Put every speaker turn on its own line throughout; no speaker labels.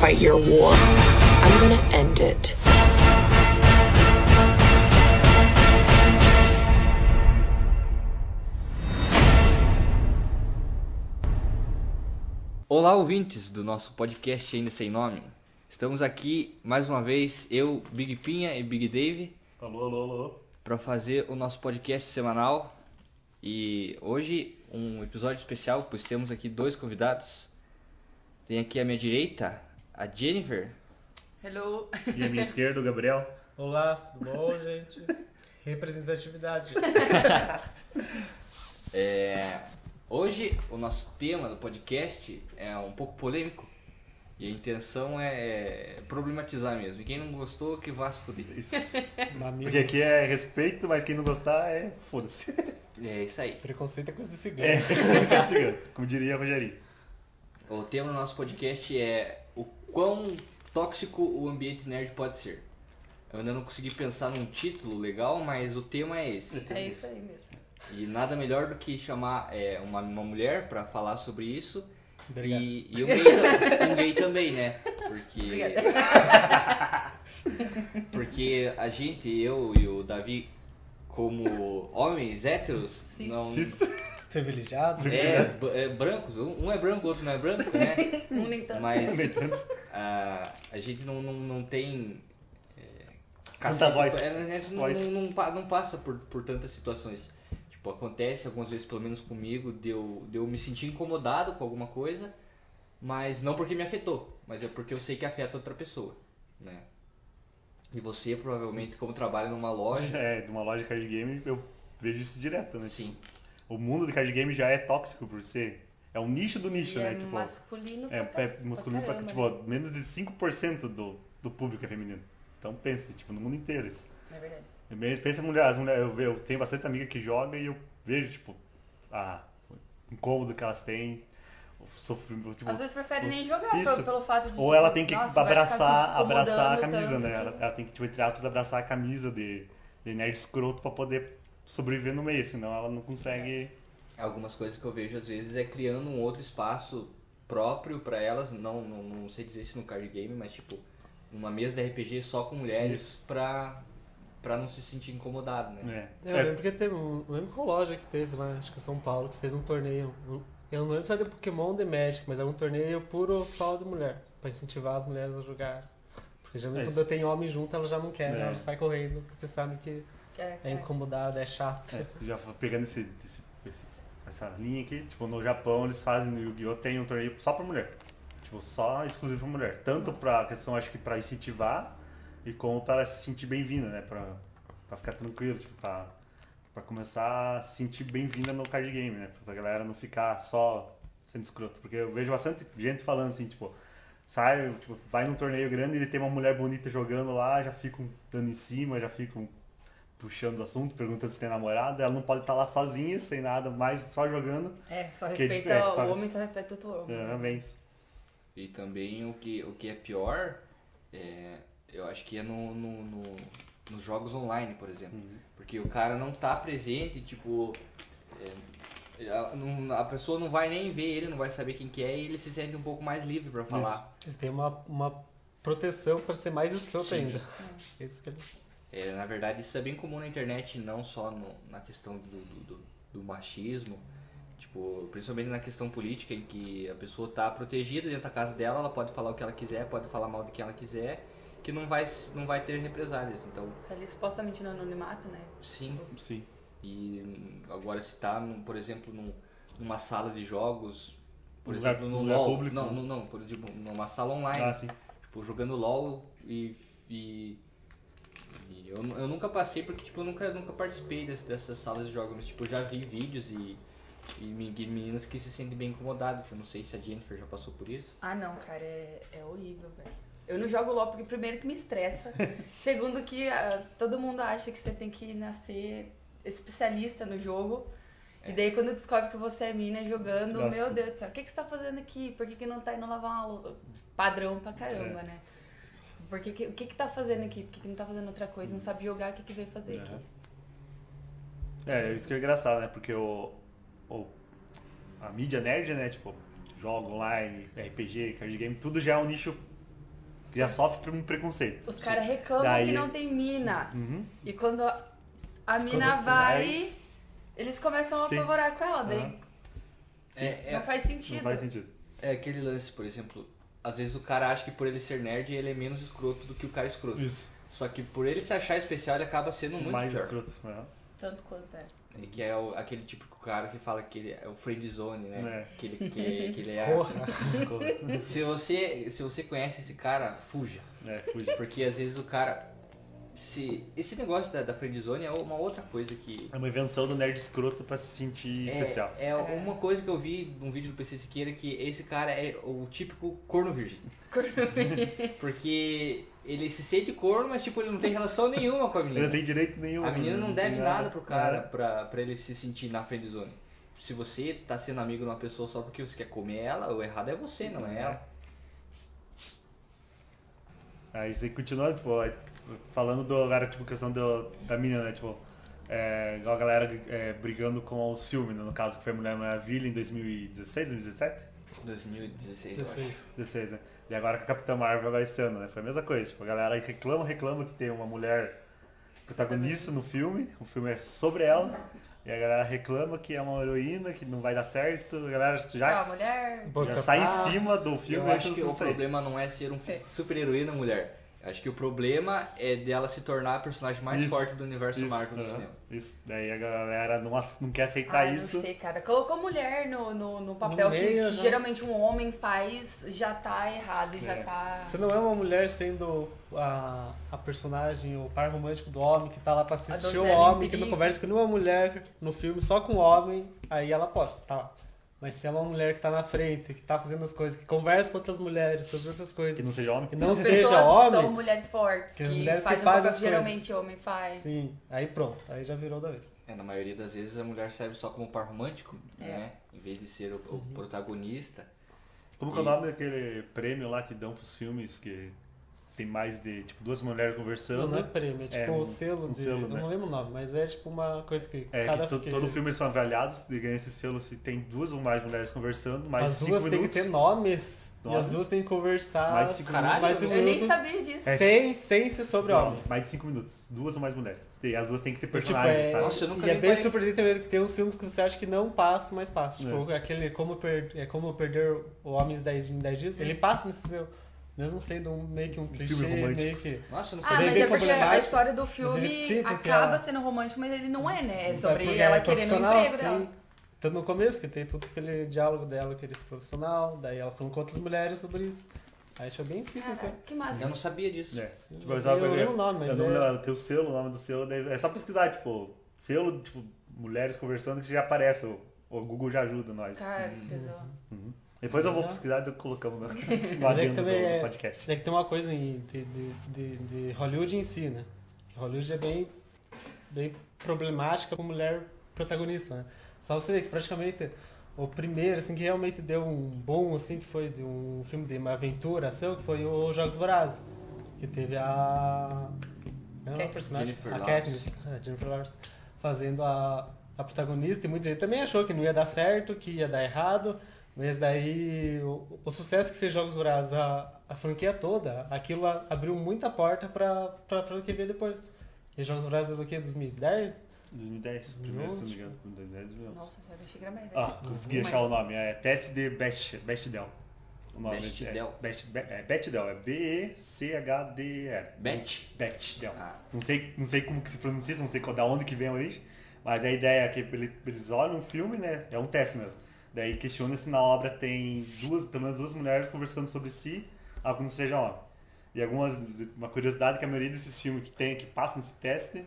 fight your war. I'm gonna end it.
Olá, ouvintes do nosso podcast Ainda Sem Nome. Estamos aqui mais uma vez, eu, Big Pinha e Big Dave,
Alô, alô, alô.
para fazer o nosso podcast semanal. E hoje, um episódio especial, pois temos aqui dois convidados. Tem aqui à minha direita a Jennifer.
Hello.
E a minha esquerda, o Gabriel.
Olá, tudo bom, gente? Representatividade.
É, Hoje, o nosso tema do podcast é um pouco polêmico. E a intenção é problematizar mesmo. E quem não gostou, que vá se fuder.
Isso.
Mamilo.
Porque aqui é respeito, mas quem não gostar é foda-se.
É isso aí.
Preconceito é coisa de
É,
cigano.
cigano, como diria a Rogerinho.
O tema do nosso podcast é o quão tóxico o ambiente nerd pode ser. Eu ainda não consegui pensar num título legal, mas o tema é esse.
É isso aí mesmo.
E nada melhor do que chamar é, uma, uma mulher pra falar sobre isso.
Obrigado.
E, e um, gay, tam- um gay também, né? Porque,
Obrigada.
porque a gente, eu e o Davi, como homens héteros,
Cis.
não.
Isso.
Privilegiados.
É, b- é, brancos, um um é branco, o outro não é branco, né?
Um nem tanto.
Mas
Nem tanto.
a, a gente não, não, não tem. é,
Tanta voz.
é, a gente não,
Voz.
não, não pa- não passa por, por tantas situações. Tipo, acontece algumas vezes, pelo menos comigo, de eu, de eu me sentir incomodado com alguma coisa, mas não porque me afetou, mas é porque eu sei que afeta outra pessoa, né? E você, provavelmente, como trabalha numa loja,
É, de uma loja de card game, eu vejo isso direto, né?
assim,
O mundo de card game já é tóxico por ser. É um nicho do
E
nicho,
é
né? Tipo,
masculino
é,
pra
é masculino pra,
caramba, né?
tipo, menos de 5% do, do público é feminino. Então pensa, tipo, no mundo inteiro isso.
né? É verdade.
É bem- Pensa em mulher, as mulher, eu, ve- eu tenho bastante amiga que joga e eu vejo, tipo, a o incômodo que elas têm, o sofrimento, tipo,
Às vezes prefere nem jogar
isso.
pelo, pelo fato de.
ou
tipo,
ela tem que
nossa, vai ficar
abraçar,
tudo
abraçar a
incomodando
camisa,
tanto.
né? Ela, ela tem que, tipo, entre aspas, abraçar a camisa de, de nerd escroto pra poder sobreviver no meio, senão ela não consegue.
algumas coisas que eu vejo às vezes é criando um outro espaço próprio pra elas, não, não, não sei dizer se no card game, mas tipo, uma mesa de RPG só com mulheres pra, pra não se sentir incomodado, né?
É.
Eu
É,
lembro que teve um. Lembro qual loja que teve lá, acho que em São Paulo, que fez um torneio. um- eu não lembro se era de Pokémon ou de Magic, mas era um torneio puro só de mulher. Pra incentivar as mulheres a jogar. Porque geralmente
É
quando
isso.
eu tenho homem junto, ela já não quer,
É.
ela já sai correndo, porque sabe que
É,
é
é.
incomodada, é chato.
É, já f- pegando esse, esse- esse- essa linha aqui, tipo, no Japão eles fazem no Yu-Gi-Oh! tem um torneio só pra mulher. Tipo, só exclusivo pra mulher. Tanto pra questão, acho que pra incentivar e como pra ela se sentir bem-vinda, né? Pra, pra ficar tranquilo, tipo, pra, pra começar a se sentir bem-vinda no card game, né? Pra galera não ficar só sendo escroto. Porque eu vejo bastante gente falando assim, tipo, sai, tipo, vai num torneio grande e tem uma mulher bonita jogando lá, já ficam dando em cima, já ficam puxando o assunto, perguntando se tem namorada, ela não pode estar lá sozinha, sem nada, mas só jogando.
É, só
Que é
respeita
diferente,
o
sabe?
homem, só respeita outro homem.
É, bem isso.
E também o que, o que é pior, é, eu acho que é no, no, no- nos jogos online, por exemplo. Porque o cara não tá presente, tipo. é, a, não- a pessoa não vai nem ver ele, não vai saber quem que é e ele se sente um pouco mais livre pra falar.
Isso.
Ele tem uma, uma proteção pra ser mais escroto ainda. Esse que ele
É, na verdade, isso é bem comum na internet, não só no- na questão do, do- do- do machismo, tipo, principalmente na questão política, em que a pessoa tá protegida dentro da casa dela, ela pode falar o que ela quiser, pode falar mal de quem ela quiser, que não vai, s- não vai ter represálias. Então,
É.
Tá ali supostamente no anonimato, né?
sim.
Sim.
E hum, agora se tá, num- por exemplo, num- numa sala de jogos, por
Um lugar-
exemplo,
um
no
lugar
LOL.
público.
Não, não, não, por exemplo, numa sala online.
Ah, sim.
Tipo, jogando LOL e. e, e eu, nu- eu nunca passei porque tipo, eu nunca, nunca participei dessas, dessas salas de jogos, mas tipo, eu já vi vídeos e, e men- e meninas que se sentem bem incomodadas. Eu não sei se a Jennifer já passou por isso.
Ah, não, cara, é, é horrível, velho. Eu não jogo LOL porque, primeiro, que me estressa. Segundo, que ah, todo mundo acha que você tem que nascer especialista no jogo. E daí, quando descobre que você é mina jogando,
É. Nossa.
meu Deus do céu, o que, que você tá fazendo aqui? Por que, que não tá indo lavar uma louça? Padrão pra caramba,
É.
né? Por que, que, o que, que tá fazendo aqui? Por que, que não tá fazendo outra coisa? Não sabe jogar, o que, que veio fazer
Aham.
aqui?
É, isso que é engraçado, né? Porque o, o- a mídia nerd, né? Tipo, jogo online, RPG, card game, tudo já é um nicho que já sofre por um preconceito.
Os caras reclamam
Daí-
que não tem mina.
Uhum.
E quando a a mina
Quando
vai,
vai-
eles começam a
Sim.
apavorar com ela. Daí
Aham.
É,
não
é,
faz sentido.
Não faz sentido.
é aquele lance, por exemplo. Às vezes o cara acha que por ele ser nerd, ele é menos escroto do que o cara escroto.
Isso.
Só que por ele se achar especial, ele acaba sendo muito
Mais
pior.
escroto. né?
Tanto quanto é.
E Que é o- aquele típico cara que fala que ele é o friendzone, né?
É.
Que, ele, que, que ele é...
Porra.
Se você, se você conhece esse cara, fuja.
É, fuja.
Porque às vezes o cara... Se, esse negócio da, da friendzone é uma outra coisa que...
É uma invenção do nerd escroto pra se sentir
É-
especial.
É, uma coisa que eu vi num vídeo do PC Siqueira que esse cara é o típico corno virgem. Porque ele se sente corno, mas tipo, ele não tem relação nenhuma com a
Ele
menina.
não tem direito nenhum.
A menina não deve nada pro cara
É.
pra, pra ele se sentir na friend zone. Se você tá sendo amigo de uma pessoa só porque você quer comer ela, o errado é você, não é ela.
Aí você continua, tipo, aí, falando do, agora, tipo, questão do, da menina, né, tipo, é, igual a galera é, brigando com os filmes, né, no caso, que foi Mulher Maravilha em 2016, 2017?
2016, eu acho.
16.
16, né? E agora com a Capitã Marvel agora esse ano, né? Foi a mesma coisa, tipo, a galera aí reclama, reclama que tem uma mulher protagonista no filme, o filme é sobre ela, e a galera reclama que é uma heroína, que não vai dar certo, a galera
Ah,
já,
mulher.
já
Boca
sai em
pra-
cima do filme
Eu
e
acho que
entra no
o
filme sair.
problema não é ser um super-heroína mulher. Eu Acho que o problema é dela se tornar a personagem mais
Isso,
forte do universo
Isso,
Marvel no
aham,
cinema.
Isso, daí a galera não, ace- não quer aceitar
Ah,
isso.
não sei, cara. Colocou mulher no, no, no papel que-
meio, né?
que,
já.
geralmente um homem faz, já tá errado e
É.
já tá.
Você não é uma mulher sendo a, a personagem, o par romântico do homem que tá lá pra
A
assistir o
donzela em
homem, que não
perigo.
conversa com nenhuma mulher no filme, só com o homem, aí ela posta, tá lá. Mas se é uma mulher que tá na frente, que tá fazendo as coisas, que conversa com outras mulheres sobre outras coisas,
Que não seja homem.
e não
São pessoas-
seja
São
homem,
mulheres fortes,
Que
que,
as mulheres que
fazem o
fazem
papel
as
que geralmente homem faz.
sim, aí pronto, aí já virou da vez.
É, na maioria das vezes a mulher serve só como par romântico,
É.
né? Em vez de ser o, o
Uhum.
protagonista.
Como que é o nome daquele prêmio lá que dão pros filmes que tem mais de tipo duas mulheres conversando?
Não, não é prêmio, é tipo
um-
o selo
um
de.
selo,
eu
né?
não lembro o nome, mas é tipo uma coisa que
É,
cada
que to-
que-
todo filme eles são avaliados e ganha esse selo se tem duas ou mais mulheres conversando, mais
As
cinco
duas têm que
minutos.
ter nomes, e as
Nomes.
duas têm que conversar
Mais de cinco
cinco-
minutos.
mais de
Caralho,
Eu nem
minutos,
sabia disso.
É.
sem, sem ser sobre
Não, é
homem.
mais de cinco minutos. Duas ou mais mulheres. E as duas têm que ser
E, tipo,
personagens,
é,
sabe?
Nossa, eu nunca
e é
nem
bem
parei.
surpreendente também que tem uns filmes que você acha que não passa, mas passa. Tipo,
É.
aquele como, per, é como Perder o Homem em 10 em 10 Dias, ele passa nesse seu. Mesmo sendo um, meio que um
filme
clichê, meio
romântico.
que.
Nossa, eu não
Você
Ah,
sabia.
vê
mas
bem
é porque a
problemático,
história do
ele-
filme
sim, porque
acaba
ela-
sendo romântico, mas ele não é, né? É
é
sobre
porque
ela querendo
é
o
profissional,
emprego
sim.
dela.
Tanto no começo, que tem todo aquele diálogo dela, que ele é profissional, daí ela falando com outras mulheres sobre isso. Aí achou bem simples,
Cara,
né?
que massa.
Eu não sabia disso.
É.
Sim,
Tipo, eu só-
eu lembro o nome, mas
eu não
é-
lembro, tem o selo, o nome do selo. daí É só pesquisar, tipo, selo, tipo, mulheres conversando que já aparece. O, o Google já ajuda nós.
Cara, que tesão.
Depois eu vou
Já.
pesquisar e colocamos no, no
Mas é
adendo
que
do,
também
do
é,
podcast.
é que tem uma coisa em, de, de, de, de Hollywood em si, né? Que Hollywood é bem, bem problemática com mulher protagonista, né? Só você ver que praticamente o primeiro, assim, que realmente deu um bom, assim, que foi de um filme de uma aventura, assim, que foi o Jogos Vorazes. Que teve a... Não, a
Katniss.
personagem.
Jennifer
né? a
Lawrence.
Katniss. a Jennifer Lawrence. Fazendo a, a protagonista. E muita gente também achou que não ia dar certo, que ia dar errado. Mas daí, o, o sucesso que fez Jogos Vorazes, a, a franquia toda, aquilo a- abriu muita porta pra, pra, pra o que veio depois. E Jogos Vorazes é do que? 2010?
2010, primeiro, se não me engano. 2010, 2011.
Nossa, eu achei gravado.
Ah, consegui achar o nome. É TSD Best, Bestdel. O nome
Bestdel?
é Best, Be- é Betdel, é B-E-C-H-D-E-L.
Bet?
Betdel.
Ah.
Não, sei, não sei como que se pronuncia, não sei qual- da onde que vem a origem, mas a ideia é que ele- eles olham um filme, né? É um teste mesmo. Daí questiona se na obra tem duas, pelo menos duas mulheres conversando sobre si, algo que não seja homem. E algumas, uma curiosidade é que a maioria desses filmes que tem, que passam nesse teste,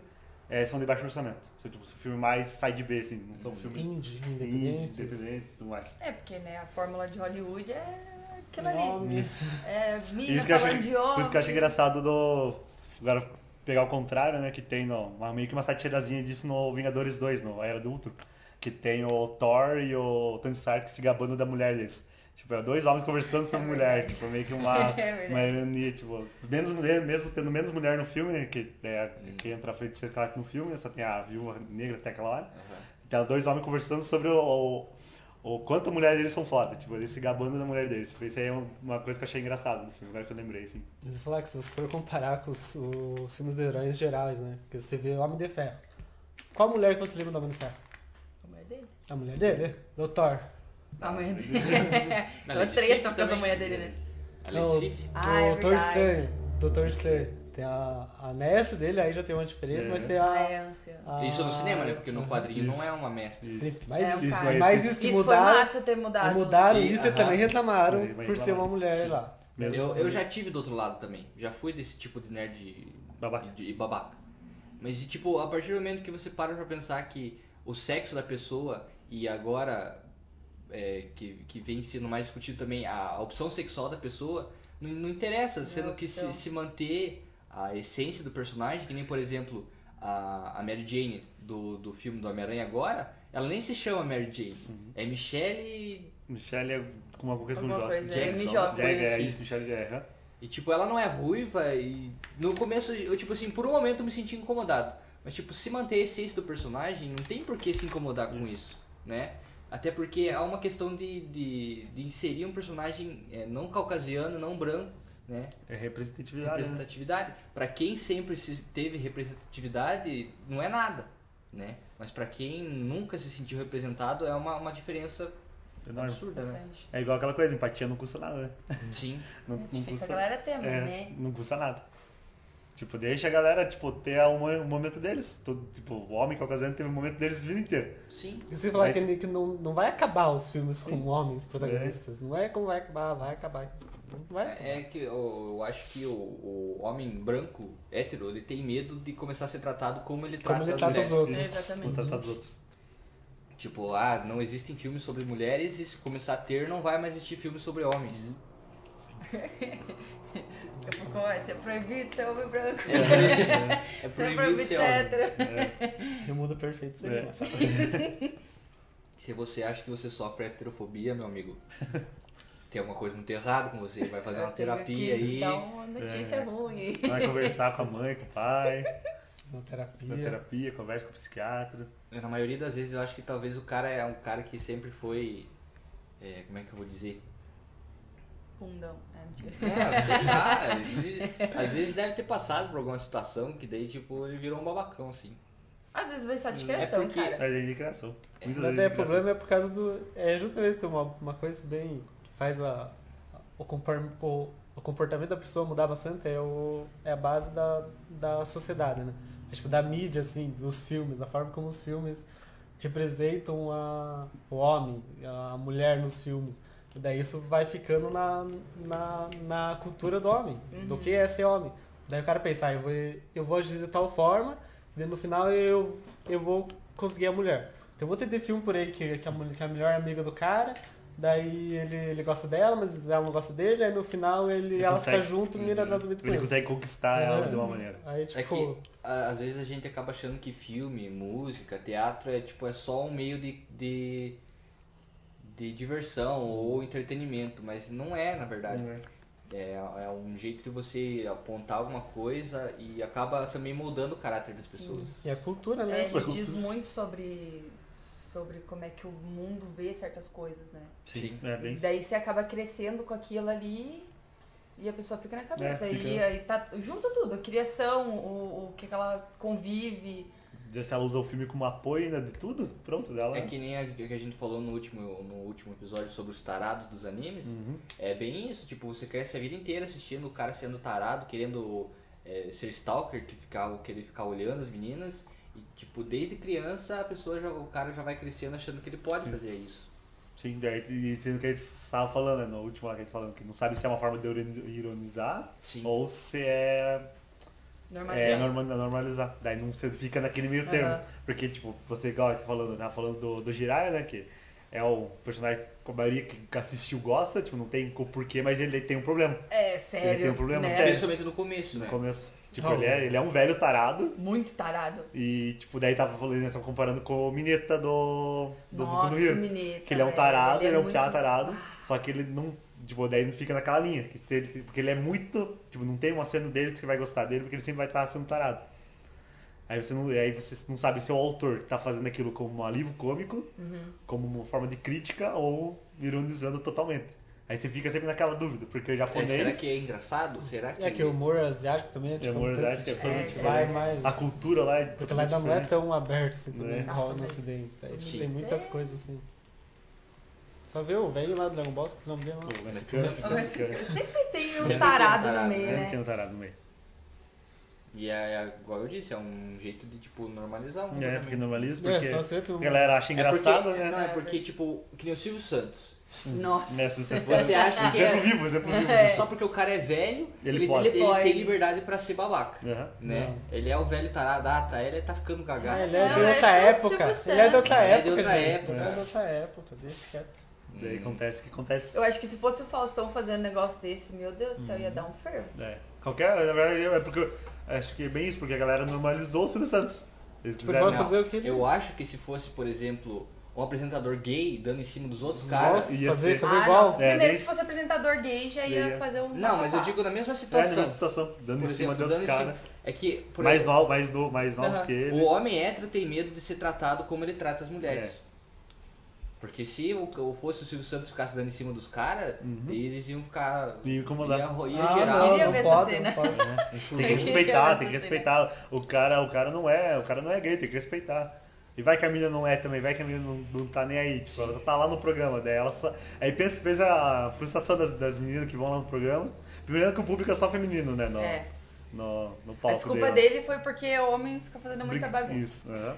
eh, são de baixo orçamento. São tipo, são filmes mais side B, assim, não são filmes
Indie,
independente
independente.
e tudo mais.
É, porque, né, a fórmula de Hollywood é aquilo ali.
Nomes.
É, mina
Isso que eu
falando
achei,
de homem.
por isso que eu achei engraçado do. Agora pegar o contrário, né? Que tem no, uma, meio que uma satirazinha disso no Vingadores 2, no Era do Ultron. Que tem o Thor e o Tony Stark se gabando da mulher deles. Tipo, é dois homens conversando sobre mulher. Tipo, meio que uma,
É verdade.
uma ironia. Tipo, menos mulher, mesmo tendo menos mulher no filme, né? Que, é, a-
Hum.
que entra a frente é secreta no filme, né, só tem a viúva negra até aquela hora. Então, dois homens conversando sobre o, o, Ou quanto a mulher deles são foda, tipo, eles se gabando da mulher deles. Tipo, isso aí é uma coisa que eu achei engraçada no filme, agora que eu lembrei, assim.
Mas eu falar que se você for comparar com os, os filmes de heróis gerais, né? Porque você vê Homem de Ferro. Qual mulher que você lembra do Homem de Ferro?
A mulher dele.
A mulher dele? Doutor.
A mulher dele. Ela treta por causa da mulher dele, né?
Não,
Alexif?
Ah, é
Doutor
verdade.
Estranho. Doutor Estranho. Tem a, a mestre dele, aí já tem uma diferença,
É.
mas tem a.
Ah, é, ancião.
a-
Isso no cinema, né? Porque no quadrinho
Isso.
não é uma mestre.
Sim,
Isso. é
mas
É,
isso,
isso,
mas
mas
isso que
Isso foi
mudaram.
massa ter
aí
mudado.
Mudaram
E,
isso e
aham.
também reclamaram
Mas- mas
por ser uma
reclamaram.
mulher
Sim.
lá.
Mesmo
Eu,
assim,
eu já tive do outro lado também. Já fui desse tipo de nerd
Babaca.
e, e babaca. Mas e, tipo, a partir do momento que você para pra pensar que o sexo da pessoa e agora é, que, que vem sendo mais discutido também a, a opção sexual da pessoa, não, não interessa, sendo que se,
opção.
se manter a essência do personagem, que nem por exemplo a, a Mary Jane do, do filme do Homem-Aranha agora, ela nem se chama Mary Jane. É Michelle
Michelle é com alguma coisa com
Alguma
J.
coisa,
é,
Jack,
MJ,
Jack, é
sim.
isso, Michelle é. aham.
E tipo, ela não é ruiva e no começo eu tipo assim, por um momento eu me senti incomodado. Mas tipo, se manter a essência do personagem, não tem por que se incomodar com isso, né? Até porque há uma questão de, de, de inserir um personagem eh, não caucasiano, não branco, né?
É representatividade, né?
Representatividade. Pra quem sempre se teve representatividade, não é nada, né? Mas pra quem nunca se sentiu representado, é uma, uma diferença
É Enorme.
absurda, né?
Bastante.
É igual aquela coisa, empatia não custa nada, né?
Sim.
Não,
É
não
difícil,
custa
a galera tem, mas,
é,
né?
Não custa nada. Tipo, deixa a galera, tipo, ter a- um- o momento deles. Todo, tipo, o homem caucasiano teve o momento deles a vida inteira.
Sim.
E você falar
Mas-
que, que não, não vai acabar os filmes com homens protagonistas. Não é como vai acabar, vai acabar. Não vai acabar.
É é que eu, eu acho que o, o homem branco, hétero, ele tem medo de começar a ser tratado como ele trata,
Como ele
as
trata os
mulheres.
outros.
Isso,
Exatamente.
Vou tratar dos outros.
Tipo, ah, não existem filmes sobre mulheres e se começar a ter, não vai mais existir filmes sobre homens.
Uhum.
Eu fico, ó, você é proibido ser homem branco.
É
Você é
proibido
proibido
ser
ser
homem.
hétero.
Eu mudo perfeito seria.
É.
Se você acha que você sofre heterofobia, meu amigo, tem alguma coisa muito errada com você. Vai fazer uma
Eu tenho então.
terapia
que
aí.
Dar uma
É.
notícia ruim.
Vai conversar com a mãe, com o pai,
Fazer uma terapia.
na terapia, conversa com o psiquiatra.
Na maioria das vezes eu acho que talvez o cara é um cara que sempre foi. é, como é que eu vou dizer?
Fundão. É, mentira.
É, sei lá, ele- às vezes deve ter passado por alguma situação que daí, tipo, ele virou um babacão, assim.
Às vezes vai só de criação,
É porque-
cara.
Mas aí É, de criação. Muitas
Mas
vezes de
é, o
criação.
problema é por causa do. É justamente uma, uma coisa bem. que faz a, a- o, compor- o- o comportamento da pessoa mudar bastante é, o, é a base da, da sociedade, né? É, tipo, da mídia, assim, dos filmes, da forma como os filmes representam a, o homem, a mulher nos filmes. E daí isso vai ficando na, na, na cultura do homem, do que é ser homem. Daí o cara pensa, ah, eu vou, eu vou agir de tal forma, e daí no final eu, eu vou conseguir a mulher. Tem um monte de filme por aí que, que, a, mulher- que é a melhor amiga do cara, daí ele, ele gosta dela, mas ela não gosta dele, aí no final ele,
Ele
ela
consegue. Uhum.
fica junto, mira das com
Ele
ele.
consegue conquistar ela
É.
de uma maneira.
Aí
É
tipo,
que, a- às vezes, a gente acaba achando que filme, música, teatro é, tipo, é só um meio de, de, de diversão ou entretenimento, mas não é, na verdade.
Não é.
É, é um jeito de você apontar alguma coisa e acaba também moldando o caráter das pessoas.
e a cultura, né?
É, ele diz muito sobre, sobre como é que o mundo vê certas coisas, né?
Sim.
É
E
bem
daí você acaba crescendo com aquilo ali e a pessoa fica na cabeça.
É, fica.
E aí tá junto tudo, a criação, o, o que que ela convive.
Se ela usa o filme como apoio ainda de tudo, pronto, dela.
É que nem a, que a gente falou no último, no último episódio sobre os tarados dos animes.
Uhum.
É bem isso, tipo, você cresce a vida inteira assistindo o cara sendo tarado, querendo é, ser stalker, que ficar, querer ficar olhando as meninas. E, tipo, desde criança a pessoa já, o cara já vai crescendo achando que ele pode fazer isso.
Sim, daí e sendo que a gente tava falando, né, no último lá que a gente falando, que não sabe se é uma forma de ironi- ironizar
Sim.
ou se é,
Normalmente.
é norma- normalizar. Daí não você fica naquele meio termo.
Aham.
Porque, tipo, você igual eu tô falando, tava falando do, do Jiraiya, né? Que é o personagem que a maioria que assistiu gosta, tipo, não tem o porquê, mas ele tem um problema
É, sério.
Ele tem um problema
né?
sério.
Principalmente no começo, né?
no começo. Tipo,
Ah,
ele é, ele é um velho tarado.
Muito tarado.
E, tipo, daí tava falando, né, tava comparando com o Mineta do, do Boku
Nossa,
no Hero.
Mineta,
Que ele é um
velho,
tarado, ele é, um
muito-
piá tarado, só que ele não. Tipo, daí não fica naquela linha. Que se ele, porque ele é muito. Tipo, não tem uma cena dele que você vai gostar dele, porque ele sempre vai estar sendo tarado. tá Aí você, não, aí você não sabe se é o autor que tá fazendo aquilo como um alívio cômico, como uma forma de crítica, ou ironizando totalmente. Aí você fica sempre naquela dúvida, porque o
É,
japonês.
será que é engraçado? Será que.
É que o humor asiático também é tipo.
humor
tanto-
asiático é totalmente
Vai
diferente.
mais.
A cultura lá é.
Porque lá
totalmente
não é
diferente.
tão aberto assim também,
Né?
igual rola no
Nossa,
ocidente. Aí, tipo,
Sim.
tem muitas coisas assim. Só vê o velho lá do Dragon Ball, esqueci o nome dele lá.
Pô,
é
mexicano, mexicano.
Sempre tem
Sempre tem
um
um
tarado
tarado,
no meio,
né?
Sempre tem
né?
um tarado no meio.
E é, é, igual eu disse, é um jeito de, tipo, normalizar um
É, porque normaliza, porque
É, só você tu.
a galera acha engraçado,
porque, Não,
né?
é porque, tipo, que nem o Silvio Santos.
Nossa.
Né, se você
Você acha que
Exemplo
é.
vivo, exemplo vivo.
É.
Só porque o cara é velho, ele,
Ele
ele,
pode. É.
Ele pode.
tem liberdade pra ser babaca.
Aham.
Né? Ele é o velho tarado, ah, tá, ele tá ficando
Ah,
cagado.
ele é
Não,
de
é
outra
só o
época.
Silvio
Ele é de
Santos.
outra
É de
época,
outra
gente.
época.
Ele é de outra época, deixa quieto.
Hum.
Daí acontece o que acontece.
Eu acho que se fosse o Faustão fazendo um negócio desse, meu Deus do céu, ia dar um fervo.
É. Qualquer, na verdade, é porque eu acho que é bem isso, porque a galera normalizou o Silvio Santos. Eles
Tipo, ele pode
quiseram-
fazer o que ele.
Eu acho que se fosse, por exemplo, um apresentador gay dando em cima dos outros caras.
Ia
fazer,
ser.
fazer
ah,
igual.
nossa.
É,
Primeiro
bem-
que se fosse apresentador gay, já ia
Ia.
fazer um.
Não, mas eu
bafafá.
digo na mesma
É, nessa
situação.
situação, dando
Por
em
exemplo,
cima de
dando
outros
em
caras.
cima- É que, por
Mais,
exemplo,
no, mais, no, mais novos
Aham.
que ele.
o homem hétero tem medo de ser tratado como ele trata as mulheres.
É.
Porque se o- eu fosse o Silvio Santos ficasse dando em cima dos caras,
Uhum.
eles iam ficar.
E incomodar.
Ia, ro- ia
Ah,
gerar.
não,
Queria
não
ver essa
pode,
cena.
não pode. né?
Tem que respeitar, tem que respeitar. O cara, o cara não é, o cara não é gay, tem que respeitar. E vai que a mina não é também, vai que a mina não, não tá nem aí, tipo, ela tá lá no programa, daí ela só. Aí pensa, pensa a frustração das, das meninas que vão lá no programa. Primeiro que o público é só feminino, né? No,
É.
no, no
A
palco
desculpa dele foi porque o homem fica fazendo muita bagunça.
Isso, aham.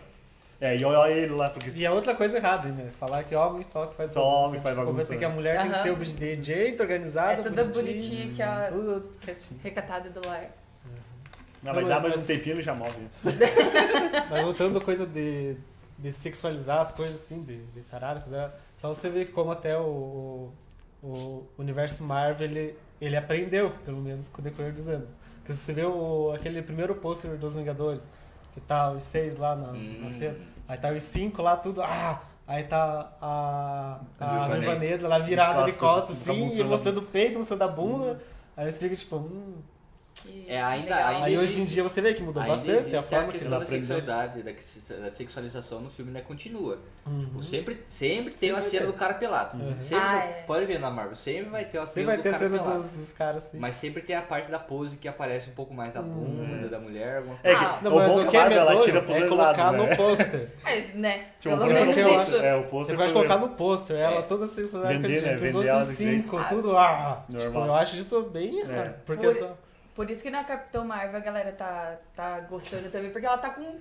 É, e olha ele lá, porque
E é outra coisa errada, né? Falar que homem só que faz
Só
bagunça.
homem faz
Tipo,
bagunça,
convencer que
né?
a mulher tem que
Aham.
ser obediente, organizada,
É toda
bonitinha.
bonitinha, que a
Tudo quietinho.
recatada do lar.
não, vai
Não,
dar
mas-
mais
mas-
um tempinho ele já move.
Ah.
Mas voltando à coisa de, de sexualizar as coisas assim, de, de tarado, coisa- só você vê como até o, o, o universo Marvel ele, ele aprendeu, pelo menos com o decorrer dos anos. Porque se você vê o, aquele primeiro pôster dos Vingadores, que tá os seis lá na, na
Hum.
cena, aí tá os cinco lá, tudo. Ah, aí tá a, a,
Viúva
Viúva
Negra.
Negra lá virada de
De
costas,
costas,
assim, e
mostrando a
mostrando o peito, mostrando a bunda. Aí você fica tipo, hum.
Que
É, ainda-
legal.
ainda-
Aí hoje em dia você vê que mudou
Ainda
bastante é
existe É
a
a
forma que
questão
ela
da
aprendeu.
sexualidade, da, que- da sexualização no filme, né? Continua.
Uhum.
O Sempre, sempre tem uma
Sempre
cena
tem.
do cara pelado.
Uhum.
Sempre,
Ah, é.
Pode ver na Marvel, sempre vai ter uma
Você
cena
vai
do
ter
cara
cena
pelado.
dos, dos caras assim.
Mas sempre tem a parte da pose que aparece um pouco mais da
Uhum.
bunda, da mulher, alguma
É,
coisa.
que,
Ah,
Não,
o
mas
bom
o
que
que
a
é
Marvel ela
melhor
tira pros
é
dois
colocar
lados,
no
né?
pôster.
Mas, né?
Tipo,
Pelo
o
Porque
programa-
menos
um eu
isso.
acho-
É, o
Você
pôster
pode
foi-
colocar no pôster ela
É.
toda sensacional
Vender,
aquele
né?
jeito, os
Vender ela
outros
desse jeito.
cinco, tudo. Ah, tipo,
Normal.
eu acho isso bem errado. Porque
Por-
só.
Por isso que na Capitão Marvel a galera tá, tá gostando também, porque ela tá com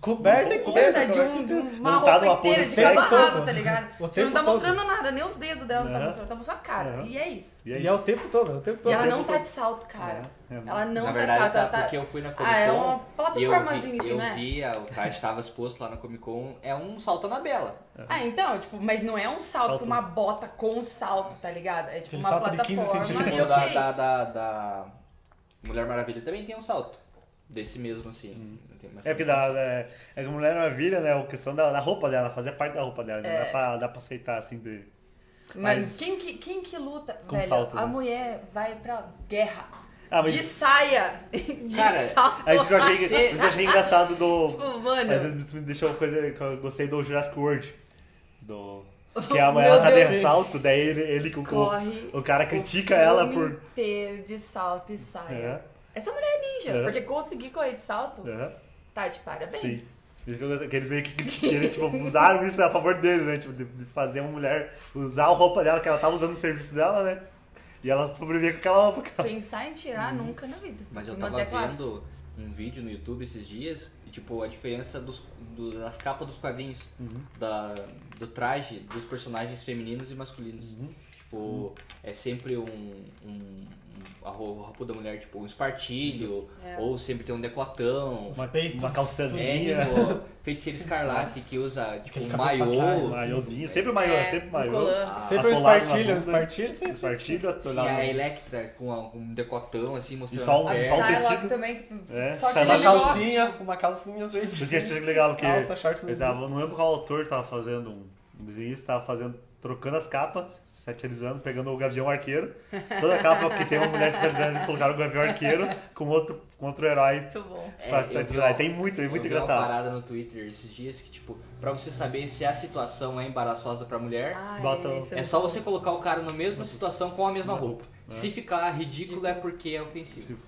Coberta
puta
inteira.
de, um, de uma
tá
roupa
numa
inteira, de
posição
cabo a
toda.
rabo, tá ligado?
O
Ela
tempo
não tá
todo.
mostrando nada, nem os dedos dela não tá
Aham.
mostrando, tá mostrando a cara.
Aham.
E é isso.
E
E
é
é,
isso.
o tempo todo, é o tempo
E
todo.
ela
tempo
não tá
todo.
de salto, cara.
É, é.
Ela não
Na
tá
verdade,
de salto, ela
tá,
tá.
porque eu fui na Comic Con.
Ah, é uma
e
plataformazinha
eu vi,
assim,
eu
né?
vi, a- o cara estava exposto lá na Comic Con, é um salto na bela.
Ah, então, tipo, mas não é um salto,
Salto.
com uma bota com salto, tá ligado? É tipo
Aquele
uma
salto de
plataforma.
15 centímetros.
eu
da,
sei.
da, da, da Mulher Maravilha também tem um salto. Desse mesmo, assim.
Uhum.
Não tem mais-
É porque da, é, é que a Mulher Maravilha, né? A questão da, da roupa dela, fazer parte da roupa dela. né,
É.
Dá, pra, dá pra aceitar, assim, de...
Mas,
Mas-
quem, que, quem que luta,
Com
velho?
salto,
a
né?
mulher vai pra guerra.
Ah, mas
De saia. De
Cara,
salto.
aí isso que eu achei, isso que eu achei engraçado do...
Tipo, mano.
Às vezes isso me deixou uma coisa que eu gostei do Jurassic World. Do... Que a mulher
Meu
ela tá
Deus.
de salto, daí ele, ele com
Corre
o, o cara critica
o
ela
filme
por...
inteiro de salto e saia.
É.
Essa mulher é ninja,
É.
porque conseguir correr de salto,
Aham,
tá de parabéns.
sim. Isso que eu gostei, que eles meio que, que eles, tipo, usaram isso a favor deles, né? Tipo, de, de fazer uma mulher usar a roupa dela, que ela tava usando no serviço dela, né? E ela sobreviver com aquela roupa, cara.
Pensar em tirar
Uhum.
nunca na vida.
Mas eu
E
tava
manter a classe.
vendo um vídeo no YouTube esses dias, e tipo, a diferença dos, do- das capas dos quadrinhos,
Uhum.
da, do traje dos personagens femininos e masculinos.
Uhum.
Tipo, é sempre um, um, um- a ro- a roupa da mulher, tipo, um espartilho,
É.
ou sempre tem um decotão.
Os
Uma,
peitos.
uma
É,
calçazinha.
tipo, feiticeira escarlate que usa, tipo,
Aquele
um
cabelo pra trás,
maiô.
Um Maiôzinho, sempre maior,
É,
sempre
um
maior.
colã.
Ah,
Sempre os
atolado na
partilhos, os
bunda.
partilhos, sim, sim, sim.
Espartilho,
E
atolado.
a um Electra com a- com um decotão, assim, mostrando
um só um-
a
A
É.
perna.
Só um
Psylocke
tecido.
também.
É,
Só que
Psylocke.
Uma
ele gosta.
calcinha, uma calcinha assim.
Isso que eu achei legal, porque
Calça, shorts, não
eu tava- não lembro qual autor tava fazendo um um desenhista, tava fazendo trocando as capas, satirizando, pegando o Gavião Arqueiro. Toda capa que tem uma mulher satirizando, eles colocaram o Gavião Arqueiro com outro, com outro herói
Muito bom.
É,
pra
eu vi
satirizar.
uma-
Tem muito, é muito
eu vi uma
engraçado.
parada no Twitter esses dias que, tipo, pra você saber se a situação é embaraçosa pra mulher,
Ah,
Bota um-
é,
o-
isso
é
muito
só
bom.
você colocar o cara na
é
mesma situação com a mesma
Na
roupa.
né?
Se ficar ridículo é porque é ofensivo.
Sim.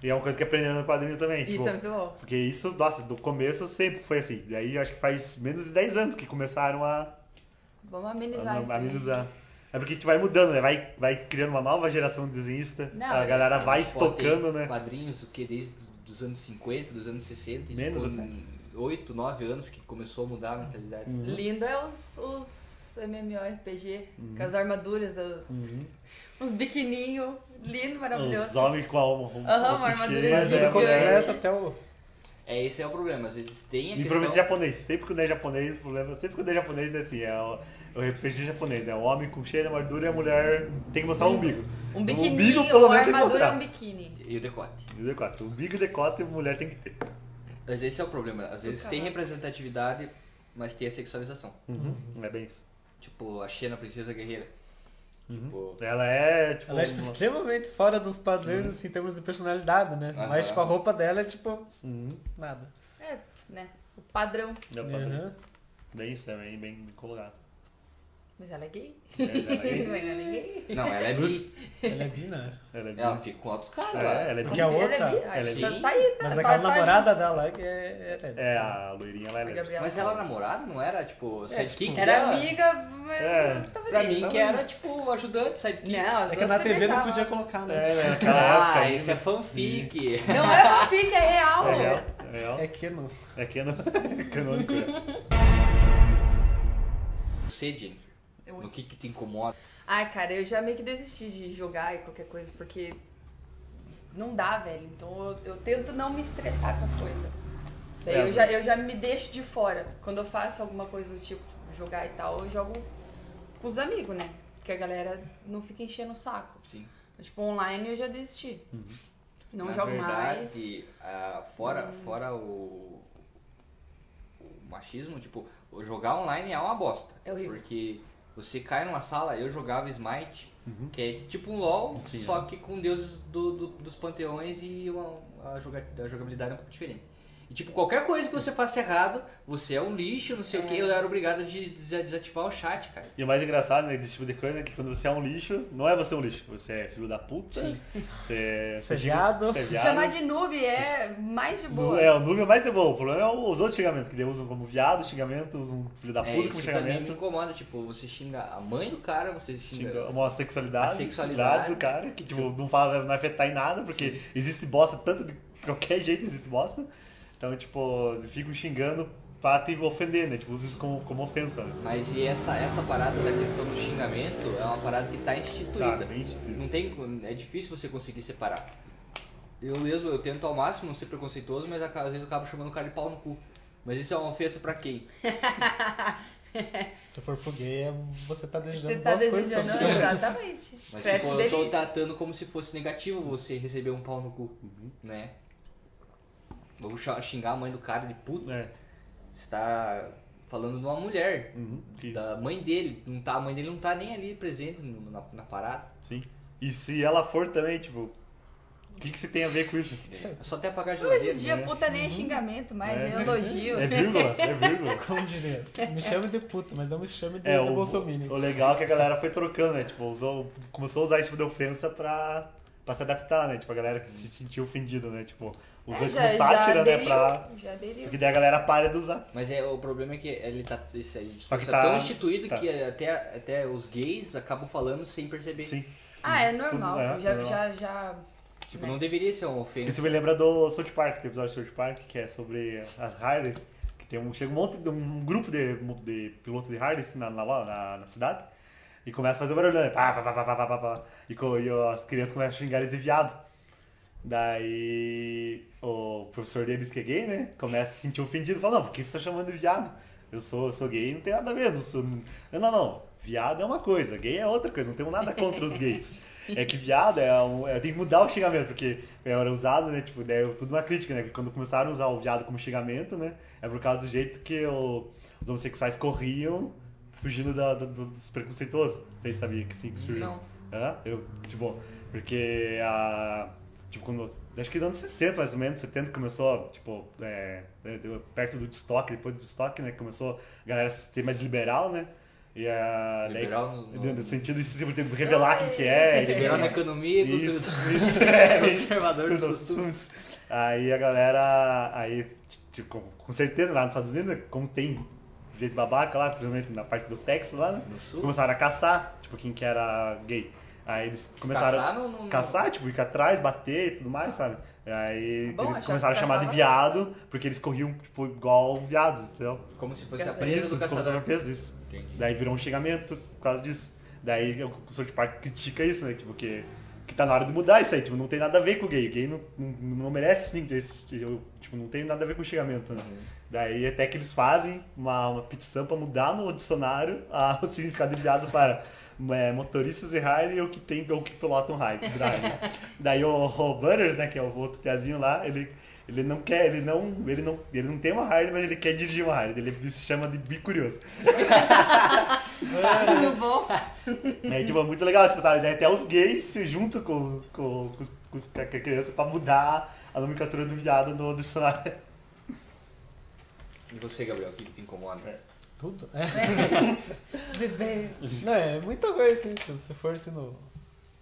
E é uma coisa que aprenderam no quadrinho também.
Isso
tipo,
é muito bom.
porque isso, nossa, do começo sempre foi assim. Daí acho que faz menos de 10 anos que começaram a,
Vamos amenizar isso.
a, a
aí.
amenizar. É porque a gente vai mudando, né? Vai, vai criando uma nova geração de desenhista.
Não,
a
mas é
galera
Cara,
vai
mas, pô, tem
estocando, né?
Quadrinhos, o que, desde os anos 50, dos anos 60, e,
Menos né?
tipo,
até.
em 8, 9 anos que começou a mudar a mentalidade.
Uhum.
Lindo é os, os MMORPG,
Uhum.
com as armaduras, do- uns biquininhos, lindo,
Os
maravilhoso.
homens com a roupa
Aham, uma
cheia,
armadura
Mas
né?
ele
gigante.
completa até o.
É, esse é o problema. Às vezes tem a
E
questão...
provavelmente japonês. Sempre que o é japonês, o problema sempre que o é japonês é assim, é o, o RPG japonês, né? O homem com cheio de armadura e a mulher tem que mostrar o umbigo.
Um
umbigo,
biquininho,
pelo
uma
menos, tem que
armadura
mostrar.
é um biquíni.
E o decote.
Entendeu? Quatro. Umbigo, decote, mulher tem que ter.
Mas esse é o problema. Às vezes tem
caralho.
representatividade, mas tem a sexualização.
É bem isso.
Tipo, a Xena, Princesa Guerreira.
Uhum.
Tipo,
Ela é, tipo.
Ela é tipo,
uma-
extremamente fora dos padrões, assim, em termos de personalidade, né?
Aham.
Mas tipo, a roupa dela é tipo.
Uhum.
Nada.
É, né? O padrão.
Meu padrão.
né? Aham.
Bem isso, é bem, bem colorado.
Mas ela é gay.
É, Ela é-
Mas ela é gay.
não, ela é bi.
Ela é bi, né?
ela é bem.
Ela fica com altos caras lá.
É, ela é
Porque
bem.
a
Ela é
outra-
bi?
ela
Ah,
é
sim.
bi.
Tá aí, tá,
Mas
tá- tá-
aquela namorada dela é que é. é lésbica.
É, a loirinha lá
A
é
Gabriela.
Mas ela namorada não era, tipo,
É,
sidekick?
tipo,
Era
dela?
amiga, mas
É,
eu tava
Pra
ali,
mim
tava
que
ali.
era, tipo, ajudante, sidekick.
Não, as
É que
duas
na
se
TV não
beijavam.
podia colocar, né?
É, né? Naquela época.
Ah,
ali,
isso é
né?
fanfic.
Não é fanfic, é real.
É real, é real.
É que não.
É cano... canônico. né?
Você, Jennifer,
Eu-
no que que te incomoda?
Ai, cara, eu já meio que desisti de jogar e qualquer coisa, porque não dá, velho. Então eu, eu tento não me estressar com as coisas. Daí
É,
eu, já, eu já me deixo de fora. Quando eu faço alguma coisa do tipo jogar e tal, eu jogo com os amigos, né? Porque a galera não fica enchendo o saco.
Sim.
Mas, Tipo, online eu já desisti. Não
Uhum. Na
jogo mais. Hum.
verdade, ah, fora, fora o, o machismo, tipo, o jogar online é uma bosta.
É horrível.
Porque você cai numa sala, eu jogava Smite, que é tipo um LoL,
Uhum. Sim,
só
é.
que com deuses do, do- dos panteões e uma, a, joga- a jogabilidade é um pouco diferente. E tipo, qualquer coisa que você faça errado, você é um lixo, não sei o que, eu era obrigado a de- de- desativar o chat, cara.
E o mais engraçado, né, desse tipo de coisa é que quando você é um lixo, não é você um lixo, você é filho da puta,
Sim.
você é.
Você é viado.
Você é viado.
Chamar de nuvem é mais de
Nu-
boa.
É, o número mais é bom. O problema é os outros xingamentos, que daí usam como viado, xingamento, usam um filho da
É,
puta como
isso também me
xingamento,
incomoda, tipo, você xinga a mãe do cara, você xinga...
xinga homossexualidade,
A sexualidade.
do cara, que tipo, não fala, não vai afetar em nada, porque existe bosta tanto de qualquer jeito existe bosta. Então, tipo, ficam xingando pra te ofender, né? Tipo, usam isso como, como ofensa, né?
Mas e essa, essa parada da questão do xingamento é uma parada que tá
Tá,
instituída.
bem instituído.
Não tem, co- é difícil você conseguir separar. Eu mesmo, eu tento ao máximo não ser preconceituoso, mas aca- às vezes eu acabo chamando o cara de pau no cu. Mas isso é uma ofensa pra quem?
Se for pro gay, é- você tá desejando
Você tá
duas coisas pra
desejando,
você.
exatamente.
Mas
Parece
tipo, eu tô
delícia.
tratando como se fosse negativo você receber um pau no cu,
Uhum.
né? Vou cha- xingar a mãe do cara de puta.
É.
Você tá falando de uma mulher,
Uhum, que
Tá.
da
isso.
mãe dele. Não tá, a mãe dele não tá nem ali presente no- na, na parada.
Sim. E se ela for também, tipo, o que, que você tem a ver com isso?
É só até apagar a
Hoje
geladeira. né?
em dia, puta nem é xingamento, mas é elogio.
É vírgula, é vírgula.
Como diria? Me chame de puta, mas não me chame de,
É,
de
o,
bolsominion.
o legal é que a galera foi trocando, né? Tipo, usou, começou a usar isso de ofensa pra, pra se adaptar, né? Tipo, a galera que se sentiu ofendida, né? Tipo, usou isso como sátira, né?
aderiu,
Pra...
É, Já um- aderiu.
Porque daí a galera para de usar.
Mas é, o problema é que ele tá, esse, ele
Só que
tá
tá-
tão instituído
tá.
que até, até os gays acabam falando sem perceber.
Sim.
Ah, é normal.
Tudo, é,
já,
normal.
já, já.
Tipo, não deveria ser uma ofensa.
Isso me lembra do South Park, tem episódio do South Park, que é sobre as Harley, que tem um, chega um monte de um grupo de, de piloto de Harley assim, na, na, lo- na- na cidade, e começa a fazer barulho, né? pá, pá, pá, pá, pá, pá, pá, pá. E, co- e as crianças começam a xingar eles de viado. Daí o professor deles que é gay, né? Começa a se sentir ofendido, fala, não, por que você tá chamando de viado? Eu sou, eu sou gay e não tem nada a ver. Não, sou... não, não, não. Viado é uma coisa, gay é outra coisa, não tenho nada contra os gays. É que viado é um. É, tem que mudar o xingamento, porque era usado, né? Tipo, daí, tudo uma crítica, né? Porque Quando começaram a usar o viado como xingamento, né? É por causa do jeito que o- os homossexuais corriam fugindo da- da- do- dos preconceituosos. Vocês sabiam que assim que surgiu?
Não.
Hã? Eu, tipo, porque a. Tipo, quando. Acho que nos anos 60, mais ou menos, 70, começou, tipo, é, é, deu- perto do destoque, depois do destoque, né? Começou a galera se ter mais liberal, né? E a. Tá, daí-
Liberal no- no-
no sentido de tipo, de revelar quem que é. e
Liberal
Liberal na
tipo,
economia,
isso,
conservador-
isso, é, isso.
conservador nos
Nos
costumes.
costumes. Aí a galera, aí, tipo, com- com certeza lá nos Estados Unidos, né, como tem jeito babaca lá, principalmente na parte do Texas lá, né?
No sul?
Começaram a caçar, tipo, quem que era gay. Aí eles começaram
Caçar no- no-
a
no-
caçar, tipo, ir atrás, bater e tudo mais, sabe? Aí
Bom,
eles
já
começaram a
que
chamar de
caçava.
viado, porque eles corriam, tipo, igual viados, entendeu?
Como se fosse a
Caçar.
presa do
Isso, como se
caçador.
fosse um peso isso.
Entendi.
Daí virou um xingamento por causa disso. Daí o South Park critica isso, né? Tipo, que, que tá na hora de mudar isso aí. Tipo, não tem nada a ver com o gay. O gay não, não, não merece, sim, esse, eu- tipo, não tem nada a ver com o xingamento, né?
Uhum.
Daí até que eles fazem uma, uma petição pra mudar no dicionário a, o significado de viado para é, motoristas e Harley ou que tem ou que pilotam Harley. drive. Daí o, o Butters, né, que é o outro piazinho lá, ele, ele não quer, ele não, ele não, ele não tem uma Harley, mas ele quer dirigir uma Harley. Ele, se chama de bicurioso.
Muito bom.
É, tipo, é muito legal, tipo, sabe? Daí até os gays se juntam com, com, com, os- com os- com a criança pra mudar a nomenclatura do viado no do dicionário.
E você, Gabriel, o que que te incomoda?
É.
Tudo? É.
Bebê.
Não, é muita coisa assim, tipo, se for assim no.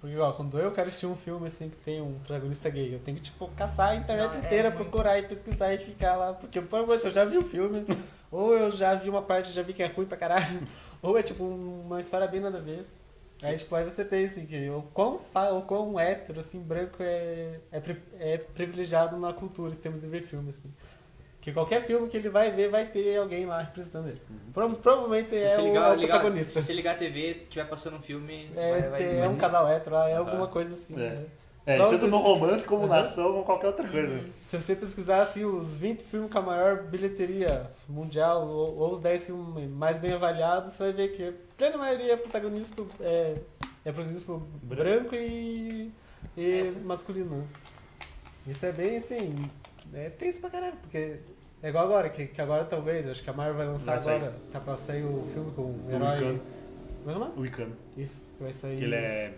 Porque, ó, quando eu quero assistir um filme assim que tem um protagonista gay, eu tenho que, tipo, caçar a internet
Não, é
inteira,
muito.
procurar e pesquisar e ficar lá. Porque, por favor, eu já vi o filme, ou eu já vi uma parte já vi que é ruim pra caralho, ou é, tipo, uma história bem nada a ver. Aí, tipo, aí você pensa assim, que o quão, fa... o quão hétero, assim, branco é... É, pri- é privilegiado na cultura, em termos de ver filme, assim. Que qualquer filme que ele vai ver, vai ter alguém lá representando ele. Prova- Provavelmente
Uhum. Se
é,
você ligar,
o- é o,
ligar-
protagonista.
se você ligar a TV, tiver passando um filme,
É,
vai, vai,
tem-
vai-
é um casal hétero, é
Aham.
alguma coisa assim.
É.
né?
É,
Só
tanto
vocês-
no romance como
Uhum.
na ação ou qualquer outra coisa.
Se você pesquisar assim, os 20 filmes com a maior bilheteria mundial ou, ou os 10 filmes mais bem avaliados, você vai ver que a plena maioria é protagonista é, é protagonista branco, e, e masculino. Isso é bem assim. É tenso pra caralho, porque. É igual agora, que, que agora talvez, acho que a Marvel vai lançar
Vai sair.
agora. Tá pra sair o filme com o
O
herói.
Wiccan.
Como é que é o nome?
O Icano.
Isso, que vai sair.
Que ele é.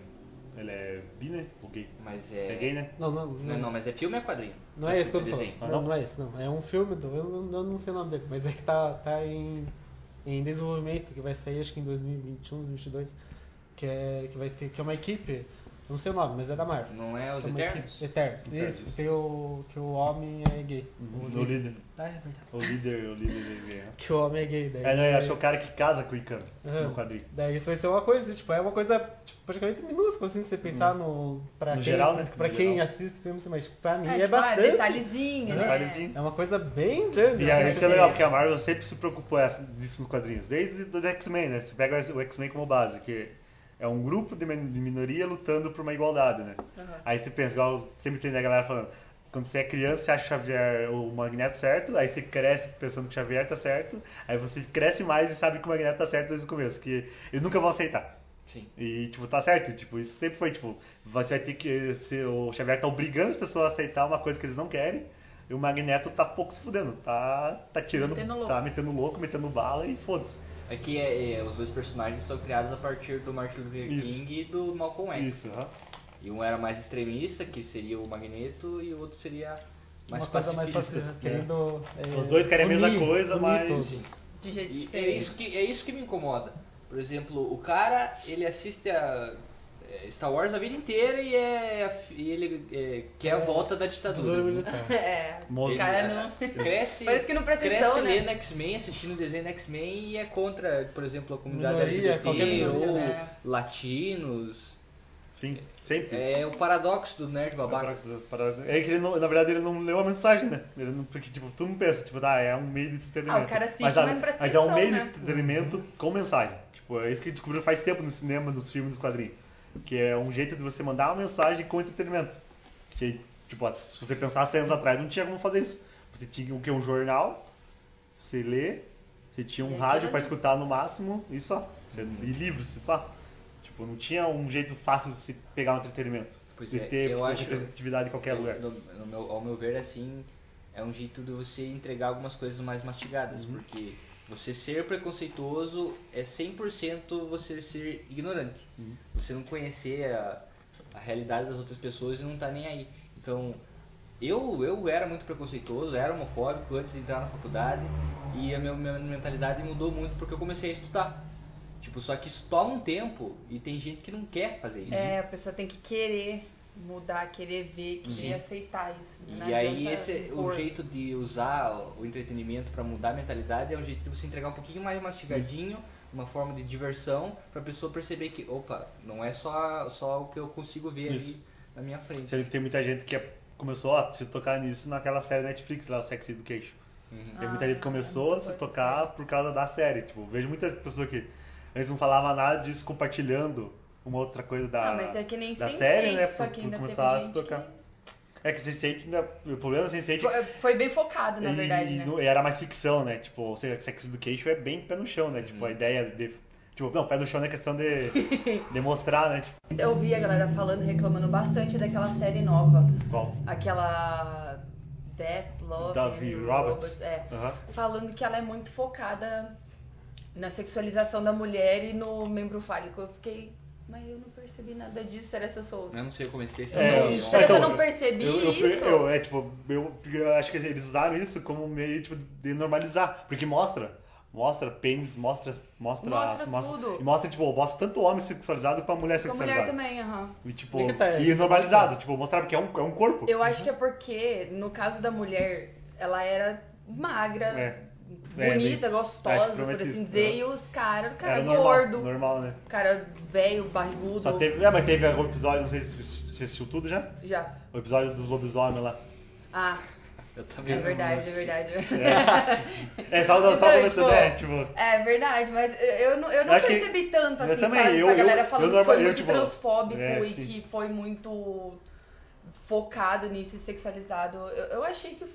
Ele é bi, né? Ou gay.
Mas
É,
é.
gay, né?
Não, não,
Não, não, mas é filme ou é quadrinho?
Não é esse que eu tô
Desenho.
falando.
Ah,
não,
não?
não é esse, não. É um filme, do, eu, não, eu não sei o nome dele, mas é que tá, tá em, em desenvolvimento, que vai sair acho que em 2021, 2022, que é, que vai ter, que é uma equipe, eu não sei o nome, mas é da Marvel.
Não é os
Que é uma
Eternos?
equipe- Eternos.
Eternos. Uhum.
Isso, que, tem o, que o homem é gay.
No líder.
Ah, é verdade.
O líder, o líder gay. né?
Que o homem é gay, daí.
É, não, eu acho que é o cara que casa com o Icano
Uhum.
no quadrinho.
Daí isso vai ser uma coisa, tipo, é uma coisa tipo, praticamente minúscula, assim, se você pensar no. Pra
No
quem,
geral, né?
Pra
No
quem
geral.
assiste filme, assim, mas tipo, pra mim é,
tipo, ah,
bastante.
detalhezinho, né?
Detalhezinho.
É uma coisa bem grande.
E
assim,
é isso que é
Beleza.
legal, porque a Marvel sempre se preocupou essa- disso nos quadrinhos. Desde os X-Men, né? Você pega o X-Men como base, que é um grupo de min- de minoria lutando por uma igualdade, né? Aí você pensa, igual sempre tem né, a galera falando, quando você é criança, você acha Xavier o Magneto certo, aí você cresce pensando que o Xavier tá certo, aí você cresce mais e sabe que o Magneto tá certo desde o começo, que eles nunca vão aceitar.
Sim.
E, tipo, tá certo, tipo, isso sempre foi, tipo, você vai ter que, se o Xavier tá obrigando as pessoas a aceitar uma coisa que eles não querem, e o Magneto tá pouco se fudendo, tá, tá tirando,
Metendo louco.
tá metendo louco, metendo bala e foda-se.
É que é, é, os dois personagens são criados a partir do Martin Luther King
Isso.
e do Malcolm X.
Isso, aham.
E um era mais extremista, que seria o Magneto, e o outro seria mais
uma coisa mais
pacifista.
pacífica, querendo. é,
Os dois querem a mesma
unir-
coisa,
unir
mas-
todos.
De jeito
E é
diferente.
isso, que, é isso que me incomoda. Por exemplo, o cara, ele assiste a é, Star Wars a vida inteira e, é, a fi- e ele é, quer a volta da
Ditadura
ditadura.
militar.
É.
Mo-
Ele,
cara
é,
não-
Cresce,
Parece que não presta
cresce
atenção, né?
lendo X-Men, assistindo desenho da X-Men e é contra, por exemplo, a comunidade
Minoria, qualquer
LGBT
minoria,
ou
né?
latinos.
Sim, sempre.
É o paradoxo do nerd babaca.
É que ele não, na verdade ele não leu a mensagem, né? Ele não- porque tipo, tu não pensa, tipo, ah, é um meio de entretenimento.
Ah, o cara assiste,
a-
mas não presta
mas é um
atenção,
meio
né?
de entretenimento com mensagem. Tipo, é isso que descobriu faz tempo no cinema, nos filmes, nos quadrinhos. Que é um jeito de você mandar uma mensagem com entretenimento. Que, tipo, se você pensar 100 anos atrás, não tinha como fazer isso. Você tinha o que? Um jornal, você lê, você tinha um
E
rádio
aquilo
pra
ali.
escutar no máximo, e só. Você- E livros, e só. Tipo, não tinha um jeito fácil de se pegar um entretenimento.
Pois
de
é,
ter
eu acho-
representatividade em qualquer lugar.
No, no
Uhum.
meu, ao meu ver, assim, é um jeito de você entregar algumas coisas mais mastigadas, porque Você ser preconceituoso é 100% você ser ignorante.
Uhum.
Você não conhecer a, a realidade das outras pessoas e não tá nem aí. Então, eu, eu era muito preconceituoso, era homofóbico antes de entrar na faculdade e a minha, minha mentalidade mudou muito porque eu comecei a estudar. Tipo, só que isso toma um tempo e tem gente que não quer fazer isso.
É, a pessoa tem que querer mudar, querer ver, querer
Sim.
aceitar isso.
E
Não
aí
adianta
esse o
impor.
jeito de usar o entretenimento para mudar a mentalidade é um jeito de você entregar um pouquinho mais mastigadinho, uma forma de diversão para a pessoa perceber que, opa, não é só só o que eu consigo ver
Isso.
ali na minha frente.
Sendo que tem muita gente que é- começou a se tocar nisso naquela série Netflix lá, o Sex Education.
Uhum.
Tem muita
Ah,
gente que começou
é
a
muito
se
boa essa
tocar por causa da série. Tipo, vejo muitas pessoas que antes não falavam nada disso compartilhando uma outra coisa da,
Ah, mas é que nem
da
Sense8,
série, né?
só
Por,
que
por
ainda teve
começar a se
gente
tocar. É que Sense8 ainda. O problema é do Sense8
Foi- Foi bem focado, na
E
verdade, né?
não- e era mais ficção, né? Tipo, ou seja, Sex Education é bem pé no chão, né?
Uhum.
Tipo, a ideia de. Tipo, não, pé no chão é questão de demonstrar, né? Tipo,
Eu vi a galera falando, reclamando bastante daquela série nova.
qual?
Aquela Death, Love
Da
and
V. Roberts.
É.
Aham.
Falando que ela é muito focada na sexualização da mulher e no membro fálico. Eu fiquei... Mas eu não percebi nada disso, será que eu sou...
Né?
Eu não sei, eu comecei esse
É,
ano,
eu-
será que eu
então,
não percebi
Eu, eu,
isso?
eu- é, tipo, eu, eu acho que eles usaram isso como meio tipo, de normalizar. Porque mostra. Mostra pênis, mostra. Mostra,
Mostra tudo.
e mostra, tipo, mostra tanto homem sexualizado como mulher
Com
sexualizada.
mulher também, aham.
E tipo,
É que tá, é
e
isso
normalizado, tipo, mostrar porque é um, é um corpo.
Eu acho que é porque, no caso da mulher, ela era magra,
É. É,
bonita,
acho que
gostosa, por
provavelmente
assim
isso,
dizer,
né?
e os caras, o cara é
Era normal,
gordo,
normal, né?
o cara velho, barrigudo,
Só teve, é, mas teve algum episódio, não sei se se você assistiu tudo já.
já.
O episódio dos lobisomens lá.
Ah,
eu também
é
não
verdade, é
assisti.
verdade.
É, só, só
Então,
comentando,
tipo,
é, tipo.
É verdade, mas eu- eu não, eu não
Acho que-
percebi tanto,
eu
assim,
também,
sabe?
eu-
a
eu-
galera
eu
falando que
norma-
foi
eu,
muito
tipo,
transfóbico
é,
e
sim.
que foi muito focado nisso e sexualizado. Eu, eu achei que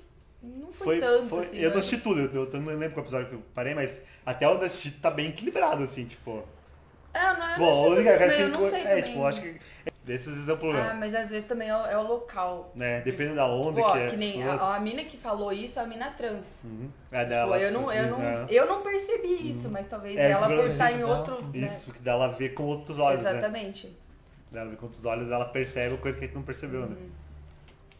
não foi, tanto, assim.
eu não
mas-
assisti tudo, eu, eu não lembro qual episódio que eu parei, mas até onde eu assisti tá bem equilibrado, assim, tipo.
É, eu não, eu não
Bom, a
achei
única
tanto,
acho
mas
que
eu não sei
É,
também.
tipo, eu acho que. Desses é o
Ah,
problema.
mas às vezes também é o, é o local.
né? Depende da onda
tipo, Ó,
que é.
que nem a, a mina que falou isso é a mina trans.
Uhum. É
Pô,
dela.
eu, não, eu, não,
né?
eu não percebi isso, mas talvez
É,
ela
isso
por
mesmo,
estar
isso
em
dá-
outro. né?
Isso, que dela vê com outros olhos, né?
Exatamente.
Dela vê com outros olhos, ela percebe coisa que a gente não percebeu,
Uhum.
né?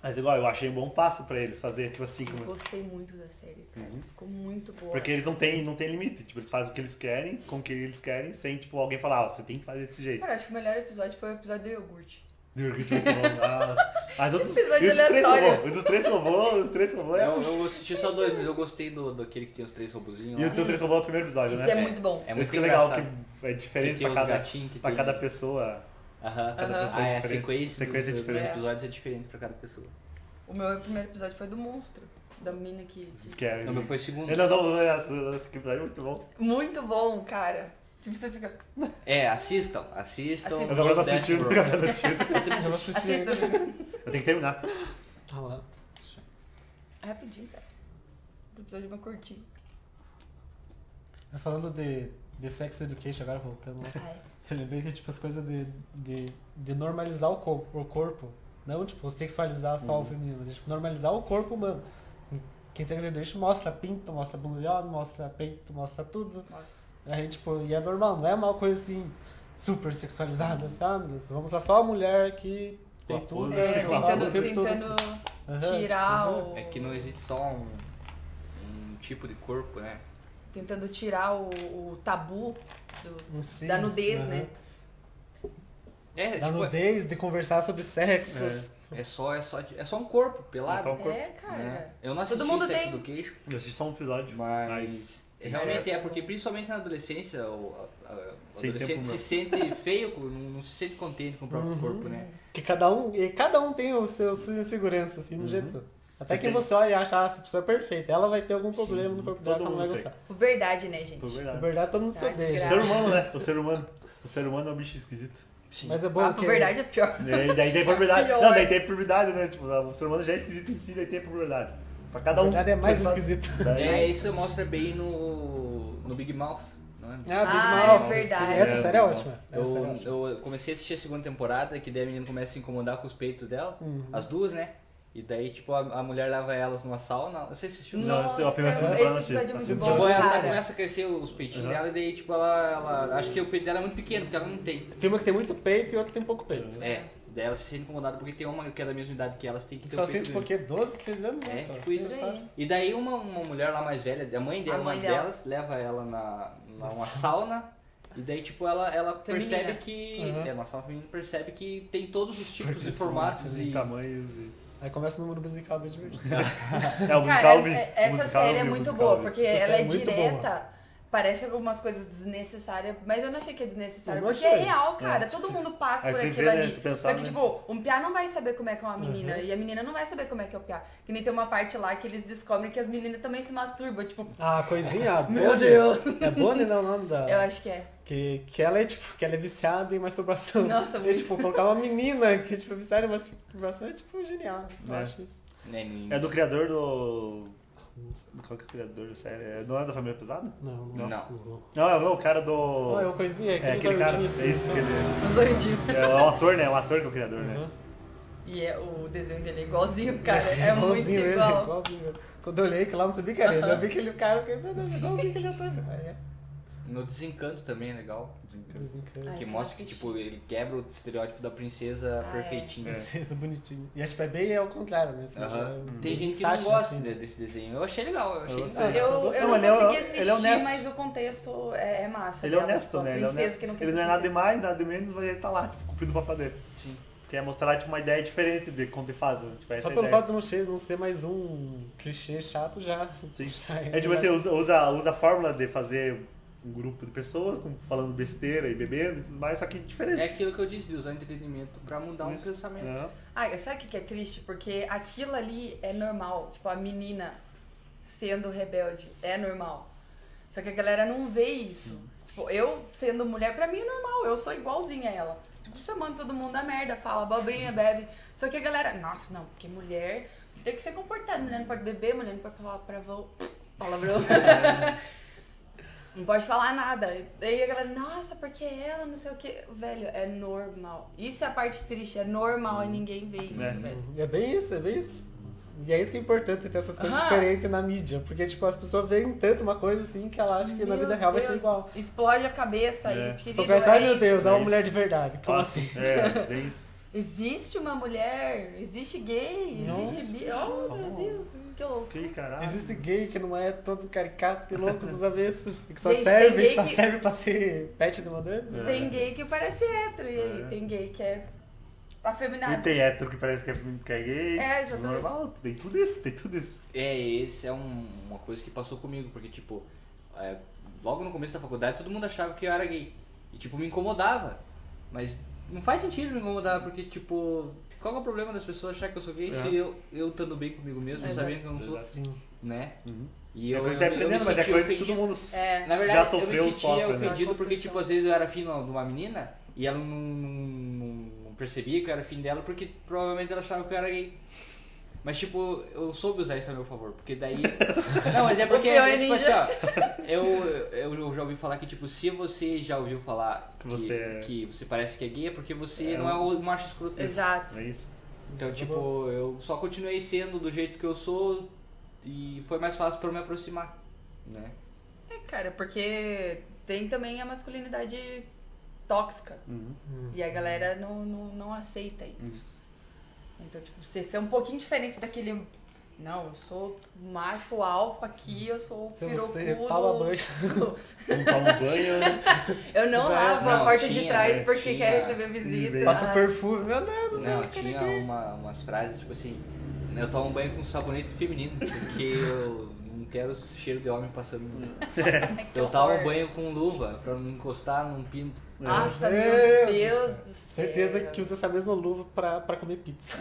Mas igual, eu achei um bom passo pra eles fazer, tipo assim,
Eu
como-
Gostei muito da série, cara.
Uhum.
Ficou muito boa.
Porque eles não têm, não têm limite, tipo, eles fazem o que eles querem, com o que eles querem, sem, tipo, alguém falar, ah, você tem que fazer desse jeito.
Cara, acho que o melhor episódio foi o episódio do iogurte.
Durante muito bom, nossa. Mas outros, dos
episódio
três
aleatório.
salvou, os dos três salvou, os três salvou, é...
Eu, eu assisti só dois, mas eu gostei do, daquele que tem os três robozinhos
E
lá.
o teu três salvou é o primeiro episódio,
Isso
né?
é, muito bom.
É
Isso
muito
que é legal,
engraçado.
que é diferente
Que tem
pra
os
cada,
gatinhos que
pra
tem-
cada pessoa.
Aham.
Cada pessoa
Ah,
é
é, a
diferente.
sequência,
Sequência
dos,
é
dos
diferente.
episódios é diferente pra cada pessoa.
O meu primeiro episódio foi do monstro. Da mina que. que-
Que é...
Não, mas Então, foi o segundo.
Não, não, não, essa, essa episódio é muito bom.
Muito bom, cara. Tipo, você fica.
É, assistam, assistam.
Assistam.
Eu agora não
Death
assisti, eu
Row.
agora não assisti.
Eu não assisti
Assista
ainda.
Eu tenho que terminar.
Ah lá.
É rapidinho, cara. Esse episódio é uma curtinha.
Mas falando de, de sex education, agora voltando lá.
Ai.
Eu lembrei que tipo, as coisas de, de, de normalizar o, co- o corpo. Não, tipo, sexualizar só
Uhum.
o feminino, mas tipo, normalizar o corpo humano. Quem sex education mostra pinto, mostra bunda de homem, mostra peito, mostra tudo.
Mostra.
Aí, tipo, e é normal, não é uma coisa assim super sexualizada, sabe? Vamos lá, só a mulher que
Com a
tem tudo.
pose,
É,
Sim, claro.
sexualizada
tentando,
o tempo todo.
tentando
Aham,
tirar
tipo,
o.
É que não existe só um, um tipo de corpo, né?
Tentando tirar o, o tabu do-
não sei,
da nudez,
aham.
né?
É, tipo,
Da
é-
nudez, de conversar sobre sexo.
é só, é só, é só um corpo
É só
pelado.
um corpo.
É, cara.
né? Eu não assisti
Todo mundo
Sex
tem.
Education,
Eu assisti só um episódio,
mas,
mas...
realmente é porque principalmente na adolescência o, a- a- o
Sem
adolescente
tempo
se
mesmo.
sente feio, com- não, não se sente contente com o próprio
Uhum.
corpo, né?
Que cada um, e cada um tem o seu, sua insegurança, assim, no
Uhum.
jeito. Até
Você
quem
tem-
você olha e acha, ah, essa pessoa é perfeita, ela vai ter algum problema no corpo dela que
todo
ela não vai
mundo tem.
gostar.
Verdade, né, gente?
Foi
Na
verdade.
verdade, todo mundo se
Ai,
odeia.
O
graças.
ser humano, né? O ser humano. O ser humano é um bicho esquisito.
Sim.
Mas é bom
Ah,
que...
verdade é pior.
É, E daí tem propriedade.
Pior.
Não, daí tem propriedade, né? Tipo, o ser humano já é esquisito em si, daí tem propriedade. Pra cada
na
um.
verdade é mais
Daí-
esquisito.
É, isso mostra bem no, no Big Mouth, não é?
Ah, Big
Ah,
Mouth,
é verdade.
sim, Essa
É,
série é
Big
ótima. Essa série é
Eu,
ótima.
eu comecei a assistir a segunda temporada, que daí a menina começa a se incomodar com os peitos dela, as duas, né? E daí, tipo, a, a mulher leva elas numa sauna. Não sei se assistiu.
Não, esse é o primeiro
Nossa,
segundo pra
esse
assistir.
episódio é muito
Assiste.
bom,
Tipo, ela
cara.
começa a crescer os peitinhos
Uhum.
dela e daí, tipo, ela, ela. Acho que o peito dela é muito pequeno, porque ela não tem.
Tem uma que tem muito peito e outra que tem pouco peito.
É. Daí ela se sente incomodada porque tem uma que é da mesma idade que elas tem que
Os
ter o
caras têm
peito
tipo o
grande.
quê? 12, 13 anos?
É,
né, cara?
tipo isso
Eles
aí.
fazem.
E daí uma, uma mulher lá mais velha, a mãe dela,
A mãe
uma
dela.
delas, leva ela na, na uma sauna. E daí, tipo, ela, ela
Feminina.
percebe que.
Aham.
É, uma sauna feminina percebe que tem todos os tipos de
Perfeição,
formatos e.
então. Tamanhos e...
Aí começa no mundo musical bem divertido.
É, o
Cara,
musical
essa-
vi.
essa
musical
série é
vi,
muito
musical
boa,
vi.
porque
Essa
ela
série
é,
é muito
direta. Parece algumas coisas desnecessárias, mas eu não achei que é desnecessário,
Eu não
porque é
achei.
real, cara.
É.
Todo mundo passa
Aí
por
você
aquilo
vê, né,
ali.
você pensar,
Só que,
né?
tipo, um piá não vai saber como é que é uma menina,
Uhum.
e a menina não vai saber como é que é o piá. Que nem tem uma parte lá que eles descobrem que as meninas também se masturbam, tipo,
Ah, coisinha.
meu
Bonnie.
Deus.
É Bonnie, né? O nome
Ah.
da.
Eu acho que é.
Que, que ela é tipo, que ela é viciada em masturbação.
Nossa,
é,
muito.
tipo, colocar uma menina que tipo, é viciada em masturbação é tipo genial. Eu
É.
acho isso.
Né, nem-
É do criador do... do- Qual que é o criador da série? É- Não é da Família Pesada?
Não, não.
Não.
Não, é o cara do...
Ah, é uma coisinha,
É
aquele
aquele cara,
olhadinho assim,
é isso que ele é.
Os doidinhos.
É um ator, né? É um ator que é o criador, né?
Uhum.
E é, o desenho dele é igualzinho, cara. É, muito
Igualzinho ele,
igual.
igualzinho ele. Quando eu olhei que lá, eu não sabia que era ele. Eu vi que ele, o cara, eu fiquei, meu Deus, igualzinho aquele ator. Aí é.
No desencanto também é legal.
Desencanto.
Ah,
Que
esse
mostra
eu não
que,
assisti.
tipo, ele quebra o estereótipo da princesa
Ah, é.
perfeitinha.
Princesa bonitinha. E acho que é bem é o contrário, né? Assim,
Aham.
já-
Tem gente que não
Sasha,
gosta
assim.
de- desse desenho. Eu achei legal, eu achei
Eu
legal.
gostei.
Eu, eu
Não,
não
ele é-
consegui
ele é
assistir,
honesto.
mas o contexto é, é massa.
Ele é
dela,
honesto,
tipo, a
né? Ele é
princesa
honesto.
que não quer
Ele
ser
não é nada
princesa.
demais, nada de menos, mas ele tá lá, tipo, cumprindo o papel dele.
Sim.
Quer mostrar, tipo, uma ideia diferente de quando ele faz, né? Tipo, essa
Só pelo
ideia.
fato de não ser, não ser mais um clichê chato já.
Sim.
já
É tipo assim, usa, usa, usa a fórmula de fazer um grupo de pessoas com- falando besteira e bebendo e tudo mais, só que diferente.
É aquilo que eu disse, de usar entretenimento pra mudar um
Isso,
pensamento.
né?
Ah, sabe o que que é triste? Porque aquilo ali é normal. Tipo, a menina sendo rebelde é normal. Só que a galera não vê isso. Tipo, eu sendo mulher, pra mim é normal. Eu sou igualzinha a ela. Tipo, você manda todo mundo a merda, fala abobrinha, bebe. Só que a galera, nossa, não, porque mulher tem que ser comportada. Mulher não pode beber, mulher não pode falar palavrão. Palavrão. Não pode falar nada. Daí a galera, nossa, porque ela, não sei o que. Velho, é normal. Isso é a parte triste, é normal e ninguém vê isso,
É.
velho.
É bem isso, é bem isso. E é isso que é importante, ter essas coisas
Aham.
diferentes na mídia. Porque, tipo, as pessoas veem tanto uma coisa assim que ela acha que na
Meu
vida real vai ser
Deus,
igual.
Explode a cabeça
É.
e querido,
Só pensa, ai
é
meu
isso.
Deus, é uma
É
mulher de verdade. Como
Nossa,
assim?
É, bem isso.
Existe uma mulher, existe gay,
Nossa.
existe bi. Oh, meu Deus, que louco.
Que caralho.
Existe gay que não é todo caricato e louco dos avessos. E que só
Gente, tem
serve,
gay
que só
que-
serve pra ser pet de modelo.
Tem gay que parece hétero, e aí?
É.
Tem gay que é
E
afeminado.
tem hétero que parece que é, que é gay.
É, exatamente.
Normal, tem tudo isso, tem tudo isso.
É, esse é um- uma coisa que passou comigo, porque, tipo, é, logo no começo da faculdade todo mundo achava que eu era gay. E, tipo, me incomodava. Mas não faz sentido me incomodar, porque, tipo, qual que é o problema das pessoas achar que eu sou gay
É.
se eu, eu estando bem comigo mesmo,
Exato.
sabendo que eu não sou,
Exato.
Sim.
né?
Uhum.
E
é
eu,
coisa que você vai
eu- eu me
aprendendo, mas é
senti
coisa que
ofendido.
todo mundo
É.
Na verdade,
já
eu
sofreu,
me sentia
sofre, né?
ofendido porque,
Construção.
tipo, às vezes eu era afim de uma- de uma menina e ela não, não- não percebia que eu era afim dela porque provavelmente ela achava que eu era gay. Mas, tipo, eu soube usar isso a meu favor, porque daí... Não, mas é porque,
O pior é
tipo assim,
ninja.
ó, eu, eu já ouvi falar que, tipo, se você já ouviu falar
Que
que,
você é-
que você parece que é gay é porque você
É
não é o macho escroto.
Exato.
É isso.
Então, tipo, eu só continuei sendo do jeito que eu sou e foi mais fácil pra eu me aproximar, né?
É, cara, porque tem também a masculinidade tóxica.
Uhum.
Hum.
E a galera não, não, não aceita isso.
Isso.
Então, tipo, você ser um pouquinho diferente daquele. Não, eu sou macho alfa aqui, eu sou
Se
pirocudo.
você toma banho.
Não toma um banho, né?
Eu não
Você já é-
lavo a
Não,
porta de
tinha,
trás
né?
porque
Tinha.
quer receber visita.
Passa
Ah,
perfume, meu Deus do céu,
Não,
esse cara é
tinha
gay.
uma- umas frases tipo assim: eu tomo banho com sabonete feminino, porque eu não quero cheiro de homem passando. no meu."
que
Eu tomo
horror.
banho com luva pra não encostar num pinto.
Nossa,
Meu
meu
Deus
Deus,
do
do céu.
Certeza
É.
que usa essa mesma luva pra, pra comer pizza.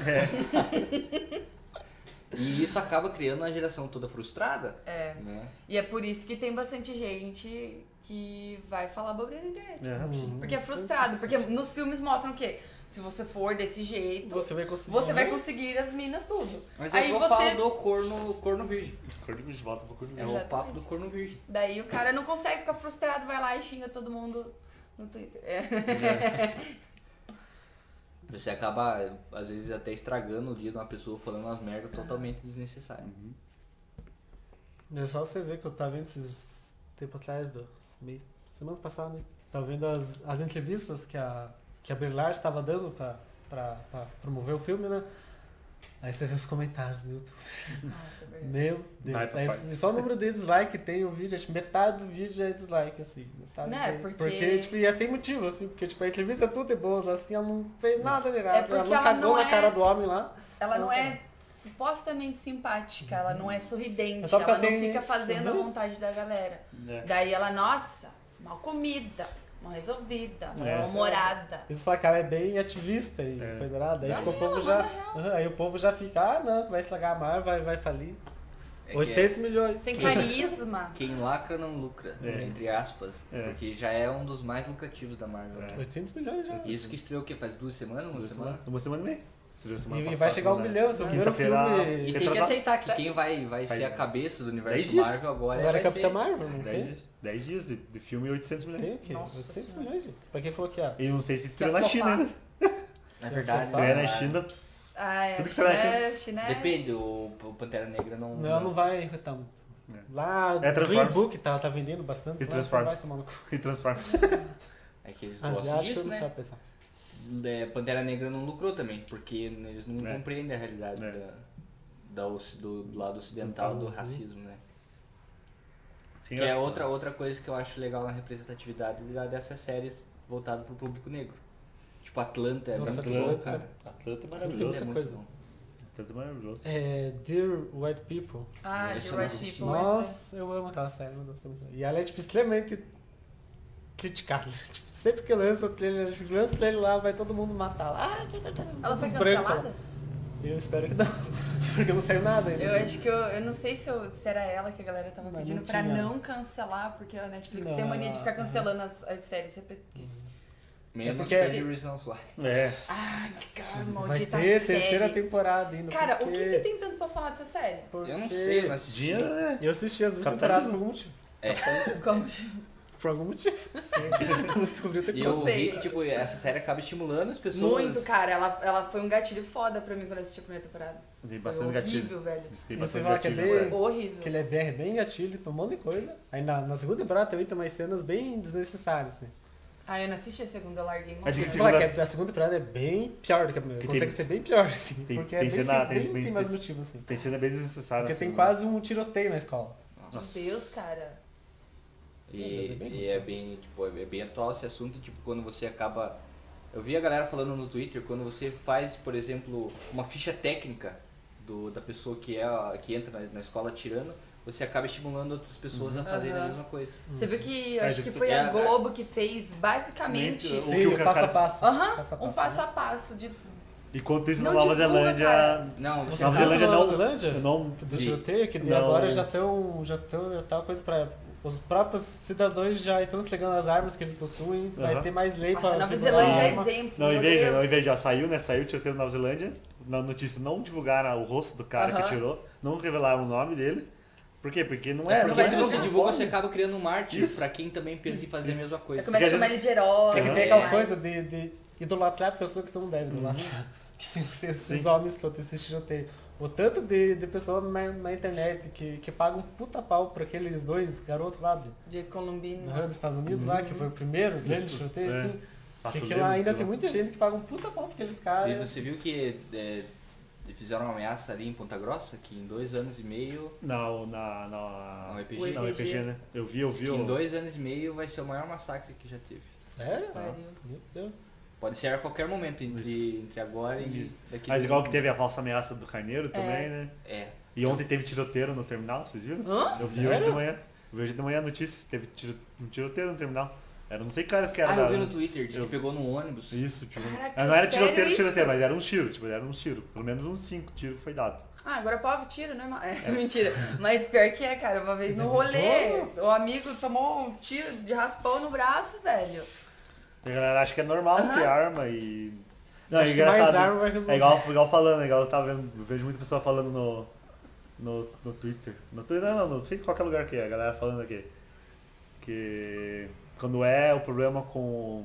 E isso acaba criando uma geração toda frustrada,
É.
né?
E é por isso que tem bastante gente que vai falar bobeira na internet.
É.
Uhum.
Porque é frustrado. Porque nos filmes mostram o quê? Se você for desse jeito, você,
Você vai conseguir. né?
vai conseguir as minas tudo.
Mas
Aí
é o que eu
você.
falo do corno, corno virgem.
Corno de volta pro corno.
É o
Exatamente.
papo do corno virgem.
Daí o cara não consegue ficar frustrado, vai lá e xinga todo mundo no Twitter. É.
Você acaba, às vezes, até estragando o dia de uma pessoa falando umas merdas totalmente desnecessárias.
Uhum.
É só você ver que eu tava vendo esses tempo atrás, do, meio, semanas passadas, né? Tava vendo as, as entrevistas que a, que a Berlar estava dando pra, pra, pra promover o filme, né? Aí você vê os comentários do YouTube.
é
Nossa, velho.
Meu
Vai,
Deus.
papai.
Aí, só o número de dislike que tem o vídeo, acho que metade do vídeo é dislike, assim. Metade
Não, é
dele.
porque-
tipo, e é sem motivo, assim, porque tipo, a entrevista é tudo de boa, assim, ela não fez nada de errado.
É porque
ela não
ela
cagou
não
na
é-
cara do homem lá.
Ela não é
Uhum.
supostamente simpática, ela não é sorridente,
É só porque
ela não
tem-
fica fazendo a
Uhum.
vontade da galera.
É.
Daí ela, nossa, mal comida, mal resolvida,
É.
mal humorada.
Isso fala, cara, é bem ativista e
É.
coisa errada. Aí,
Não,
tipo, o
não,
povo
não,
já.
não.
Aham, aí o povo já fica, ah, não, vai estragar a mar, vai, vai falir.
É que
800 milhões.
Sem carisma.
Quem lacra não lucra,
É.
entre aspas.
É.
Porque já é um dos mais lucrativos da Marvel. né?
800 milhões já.
Isso que estreou o quê? Faz duas semanas? Uma
Duas
semana?
semanas- Uma semana e meia. Estreou semana
E vai
passada,
chegar um
né?
milhão, seu primeiro filme.
Quinta-feira-
E tem
Agora
que
Retrasado.
aceitar que quem vai, vai
Faz
ser a cabeça do
dez
universo
dias.
Marvel agora,
Tá. é
vai
Capitã
ser...
Marvel, não
Dez
tem?
dias, dez dias de, de filme e 800 milhões.
Tem o quê?
Nossa
800
Senhora.
milhões, gente. Pra quem falou que, ó.
E não sei se estreou
Quer
na China
tá
flopar?
ainda.
Na verdade,
Vai
Estreia
não,
na
vai.
China.
Ah, é.
Tudo que será-
Chinefe, né?
Depende, o, o Pantera Negra não...
Não, ela não vai irritar muito.
É.
Lá,
É
Dream
Transformers.
Book tá, tá vendendo bastante.
E
lá,
Transformers.
Vai tomar no cu.
E Transformers.
É que eles gostam
Asiático
disso,
não
né?
sabe pensar.
É, Pantera Negra não lucrou também, porque eles não
É.
compreendem a realidade
É.
da, da oci- do, do lado ocidental do racismo, né?
Sim,
Que é outra, outra coisa que eu acho legal na representatividade da- dessas séries voltadas pro público negro. Tipo, Atlanta é
Nossa,
muito
Atlanta.
bom, cara.
Atlanta é
Tem
maravilhoso.
muita
muito
coisa.
bom.
Atlanta é maravilhoso.
É, Dear White People.
Ah,
Esse
de
eu não
Rush
assisti.
People. essa.
Nossa, eu amo aquela série, meu Deus, é muito boa. E ela é, tipo, extremamente criticada. Tipo, sempre que lança o trailer, tipo, lança o trailer lá, vai todo mundo matar lá. Ah, tá, tá, tá, tá,
Ela foi
os brancos lá.
cancelada?
Eu espero que não, porque não saiu nada ainda.
Eu acho que eu, eu não sei se, eu- se era ela que a galera tava
Mas
pedindo
não
pra
tinha.
não cancelar, porque a Netflix
Não,
tem mania de ficar
aham.
cancelando as, as séries. Sempre...
Menos
É porque-
Thirty Reasons Why.
É.
Ah, que cara,
Vai
maldita
ter
série.
terceira temporada ainda.
Cara,
porque...
o que, que tem tanto pra falar dessa série?
Porque...
Eu não sei, mas... tipo
Dinheiro, né?
Eu assisti as duas temporadas
Capitalismo.
por algum motivo.
É.
Como-
Por algum motivo, não sei. Não descobri até
E eu
quando.
vi que, tipo, essa série acaba estimulando as pessoas.
Muito, cara. Ela, ela foi um gatilho foda pra mim quando eu assisti a primeira temporada.
Tem
foi
bastante
horrível,
gatilho.
velho.
Diz que tem
É E
bastante
você fala que é
gatilho.
bem-
nessa série.
Horrível.
Que ele é bem, bem gatilho, tem um monte de coisa. Aí na, na segunda temporada também tem umas cenas bem desnecessárias, né?
Ah, eu não assisti a segunda, eu larguei.
Mas diga-se
Você
Nossa,
fala que
É Segunda-
a, a segunda temporada é bem pior do que a primeira.
Que
Consegue
tem-
ser bem pior, assim.
tem-
porque
tem
é bem,
cena-
sem-
tem-
bem
tem-
sem mais
tem-
motivo, assim.
Tem cena bem desnecessária.
Porque
assim,
tem
né?
quase um tiroteio na escola.
Meu Deus, cara.
E,
Mas é bem
e é bem, tipo, é bem atual esse assunto, tipo, quando você acaba. Eu vi a galera falando no Twitter, quando você faz, por exemplo, uma ficha técnica do, da pessoa que, é, a- que entra na, na escola tirando, você acaba estimulando outras pessoas
Uhum.
a fazerem a
Aham.
mesma coisa.
Hum.
Você viu que eu
É,
acho
tipo,
que foi a
é,
Globo que fez basicamente
Muito,
um
que o
Sim, passo a
cara-
passo.
passo a passo, um passo
né?
a passo de.
né? Enquanto isso, na
Não
Nova
divulga,
Zelândia.
cara.
Não, você
Você
Nova
viu
Zelândia
na
não-
Nova Zelândia?
Não.
Do
Vi.
tiroteio, que daí
Não,
agora
é.
já estão. Já estão. Já tá coisa pra. Os próprios cidadãos já estão entregando as armas que eles possuem. Vai
Aham.
ter mais lei
Nossa,
para.
a Nova
divulgar
Zelândia é
arma.
exemplo.
Não,
meu
em vez,
Deus.
não, em vez de, ó, saiu, né? Saiu o tiroteio na Nova Zelândia. Na notícia não divulgaram o rosto do cara
Aham.
que tirou, não revelaram o nome dele. Por quê? Porque não é.
É,
não
porque
é
se você
não
divulga,
pode.
você acaba criando um mártir
Isso.
pra quem também pensa em fazer a mesma
Aí
coisa.
começa a
Porque às
chamar ele de herói. né?
É que
Aham.
tem aquela
É.
coisa de, de idolatrar pessoas que você não deve idolatrar.
Uhum.
Que se, se,
assim.
esses homens que eu assisti tiroteio. O tanto de, de pessoa na, na internet que, que paga um puta pau pra aqueles dois garotos lá de,
De
Uhum.
Colombino.
dos Estados Unidos, lá, que foi o primeiro grande
Isso,
tiroteio,
Uhum. é.
assim.
Nossa, eu
Porque lá
lembro
ainda
que
tem
lá-
muita gente que paga um puta pau pra aqueles
E
caras.
você viu que é, fizeram uma ameaça ali em Ponta Grossa, que em dois anos e meio.
Não, na. na...
Não, EPG.
Não, EPG, né? Eu vi, eu vi.
que
eu-
em dois anos e meio vai ser o maior massacre que já teve.
Sério?
Ah.
Pariu.
Meu Deus.
Pode ser a qualquer momento, entre,
Isso.
entre agora e daqui
Mas
dois
igual
anos.
que teve a falsa ameaça do Carneiro também, né?
É.
E ontem teve tiroteiro no terminal, vocês viram?
Hã?
Eu vi
Sério?
hoje de manhã. Eu vi hoje de manhã a notícia, teve tiro- um tiroteiro no terminal. Era não sei que caras que era.
Ah, eu vi
da-
no Twitter, disse
né? eu-
que pegou no ônibus.
Isso, tipo.
Caraca,
não era
sério
tiroteiro,
isso?
tiroteiro, mas era um tiro, tipo, era um tiro. Pelo menos uns cinco tiros foi dado.
Ah, agora pobre tiro, normal. É, mentira. Mas pior que é, cara. Uma vez no rolê, o amigo tomou um tiro de raspão no braço, velho.
E a galera acha que é normal ter arma e. Não,
Acho
é
que mais
engraçado.
arma vai resolver.
É igual, igual falando, é igual eu tava vendo, eu vejo muita pessoa falando no, no, no Twitter. No Twitter, não, não, no Twitter, qualquer lugar que é, a galera falando aqui. Que quando é o problema com.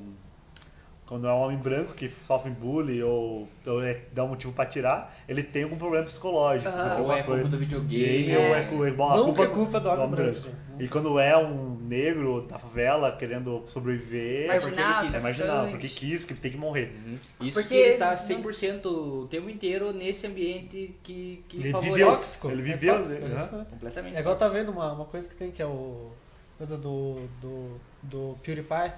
Quando é um homem branco que sofre bullying ou, ou é- dá um motivo pra tirar, ele tem algum problema psicológico.
Ah.
aconteceu
Ou é
alguma coisa.
culpa do videogame.
Game ou é culpa, bom, a
Nunca
culpa,
é culpa do homem branco, gente.
E quando é um negro da favela querendo sobreviver,
Mas-
porque-
Marginal,
porque ele quis.
é marginal,
traficante.
porque quis, porque tem que morrer.
Uhum. Isso que
Porque
ele
não-
tá 100% o tempo inteiro nesse ambiente que, que
Ele
favorece.
viveu.
Tóxico.
Ele
é
viveu,
tóxico,
né?
isso, né?
Completamente.
É igual tá vendo uma, uma coisa que tem que é o. coisa do. do, do PewDiePie.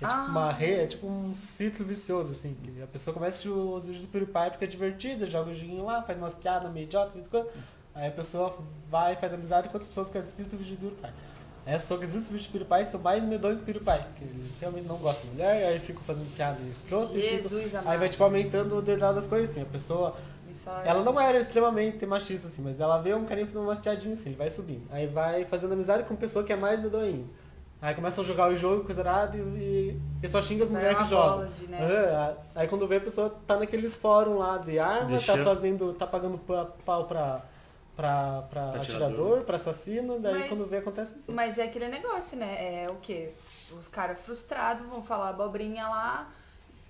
Que é tipo uma
Ah.
re, é tipo um ciclo vicioso, assim. que a pessoa começa a assistir os vídeos do PewDiePie porque é divertida, joga o joguinho lá, faz umas piadas meio idiota, de vez em quando. Aí a pessoa vai e faz amizade com outras pessoas que assistem o vídeo do PewDiePie. Aí as pessoas que assistem o vídeo do PewDiePie são mais medonhas que o PewDiePie, porque eles realmente não gostam de mulher, aí ficam fazendo piada escrota e ficam...
Jesus amado.
Aí vai tipo aumentando o dedado das coisas, assim. A pessoa
Isso
ela não era extremamente machista, assim, mas ela vê um carinha fazendo umas piadinhas, assim, ele vai subindo. Aí vai fazendo amizade com pessoa que é mais medonha. Aí começam a jogar o jogo, coisa errada, e, e só xinga as
Vai
mulheres
uma
que jogam.
bola de neve.
Aham, aí quando vê a pessoa tá naqueles fóruns lá de arma,
Deixa-
tá fazendo. tá pagando pa- pau pra, pra, pra
Pra
atirador,
atirador,
pra assassino, daí
Mas-
quando vê acontece isso.
Mas é aquele negócio, né? É o quê? Os caras frustrados vão falar abobrinha lá.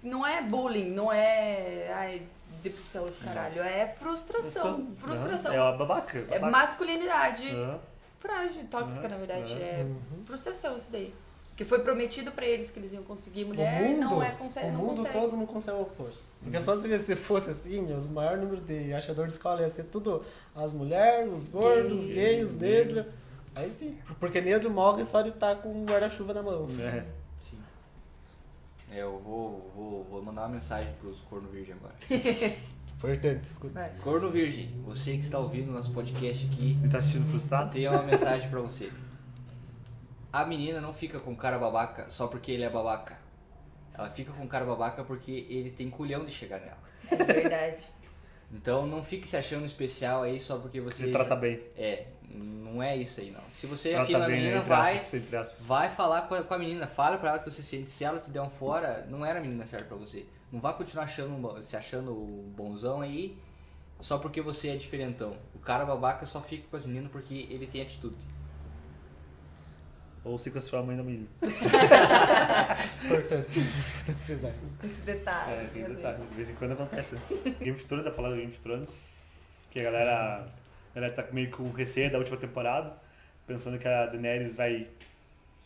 Não é bullying, não é. Ai, depressão, os caralho. É frustração. Frustração.
Aham, É uma É. babaca.
É
babaca.
masculinidade
Aham.
frágil, tóxica,
Aham,
na verdade.
aham.
É frustração isso daí. Porque foi prometido pra eles que eles iam conseguir mulher,
o mundo,
não é consegue,
o
não
mundo
consegue.
todo não consegue o oposto. Porque só se se fosse assim, os maior número de achador de escola ia ser tudo as mulheres, os gordos, os
Gays.
gays, os negros. Aí sim, porque negro morre só de estar com um guarda-chuva na mão.
É.
Sim. É, eu vou, vou, vou mandar uma mensagem pros corno virgem agora.
Importante, escuta.
Vai.
Corno virgem, você que está ouvindo nosso podcast aqui,
Ele tá assistindo
eu
frustrado?
tenho uma mensagem pra você. A menina não fica com cara babaca só porque ele é babaca. Ela fica com cara babaca porque ele tem culhão de chegar nela.
É verdade.
Então não fique se achando especial aí só porque você.
Ele trata bem.
É, não é isso aí não. Se você aqui
Trata
na
bem, né?
menina
Entre
vai,
aspas. Entre aspas.
vai falar com a, com a menina, fala pra ela que você sente. Se ela te der um fora, não era a menina certa pra você. Não vá continuar achando, um bo- se achando um bonzão aí só porque você é diferentão. O cara babaca só fica com as meninas porque ele tem atitude.
Ou sequestrar a mãe da menina.
É.
Importante. Tem que frisar isso.
Esse detalhe.
É, tem
meu Deus.
detalhe. De vez em quando acontece. né? Game of Thrones, tá falando de Game of Thrones. Que a galera, a galera tá meio com receio da última temporada, pensando que a Daenerys vai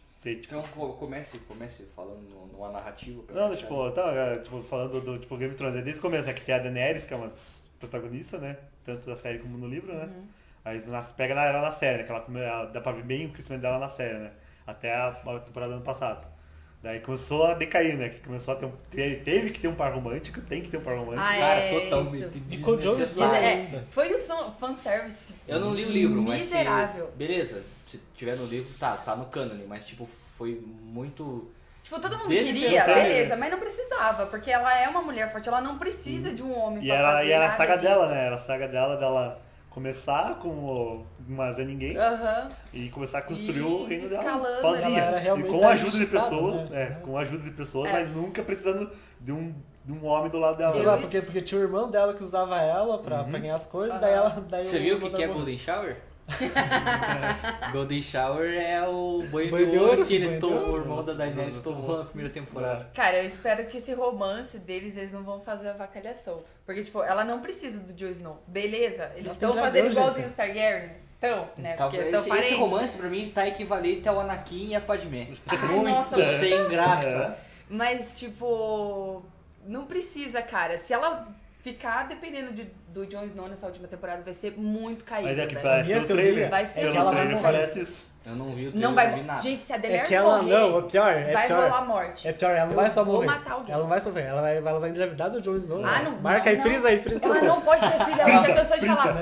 ser, tipo...
Então co- comece, comece falando no- numa narrativa. pra
Não,
deixar-
tipo, tá, é, tipo, falando do tipo, Game of Thrones, é desde o começo, né? Que tem a Daenerys, que é uma das protagonistas, né? Tanto da série como no livro, né?
Uhum.
Aí nas, pega na- ela na série, né? Que ela, come- ela- dá pra ver bem o crescimento dela na série, né? Até a, a temporada do ano passado. Daí começou a decair, né? Que começou a ter um, te- teve que ter um par romântico, tem que ter um par romântico.
Ah,
Cara,
é
totalmente.
E com o Jones
Mas
lá
desnecessário.
é,
ainda.
foi um som- fanservice.
Eu não li o livro, mas. se-
Miserável.
beleza, se tiver no livro, tá, tá no cânone, mas tipo, foi muito.
Tipo, todo mundo
Desde
queria,
sempre.
beleza, mas não precisava, porque ela é uma mulher forte, ela não precisa de um homem
Uhum. E
pra
era,
fazer
e era a
nada
saga
disso.
dela, né? Era a saga dela, dela começar como uma Zé é Ninguém
Aham.
e começar a construir
E
o reino dela
escalando,
sozinha.
ela era
E
realmente
com a ajuda de
injustiçada,
pessoas,
né?
é, com a ajuda de pessoas,
É.
mas nunca precisando de um, de um homem do lado dela.
Sei lá, porque, porque tinha o irmão dela que usava ela pra, pra ganhar as coisas, daí ela. Daí
Uhum. Você
o
viu o
irmão
que, que é
dela morreu.
Golden Shower? Golden Shower é o banho,
Banho
de
de
ouro
ouro,
que ele
banho de
tomou, o
ouro.
irmão da Daenerys tomou na primeira temporada.
Cara, eu espero que esse romance deles, eles não vão fazer avacalhação. Porque, tipo, ela não precisa do Jon Snow. Beleza, eles
Ela
estão
tem dragão,
fazendo
gente.
igualzinho os Targaryen. Então, né? Porque
Talvez-
estão
esse, esse
parentes.
romance pra mim tá equivalente ao Anakin e a Padmé.
nossa,
Muito sem graça.
Mas, tipo, não precisa, cara. Se ela ficar dependendo de- do Jon Snow nessa última temporada, vai ser muito caído.
Mas é que
velho.
parece
Minha
pelo
teoria
trailer.
vai ser
pelo
que ela vai
trailer
morrer.
parece isso.
Eu não vi o trailer,
Não vai
não vi nada.
Gente, se a
É
Daenerys
que ela
morrer,
não, é pior, é
vai
pior.
rolar morte.
É pior, ela não
Eu
vai só
vou
morrer.
matar alguém.
Ela não vai só morrer, ela vai, ela vai engravidar do Jon Snow.
Ah,
né?
não.
Marca aí,
não.
frisa aí, frisa.
Ela não pode ter filho, ela já cansou de falar.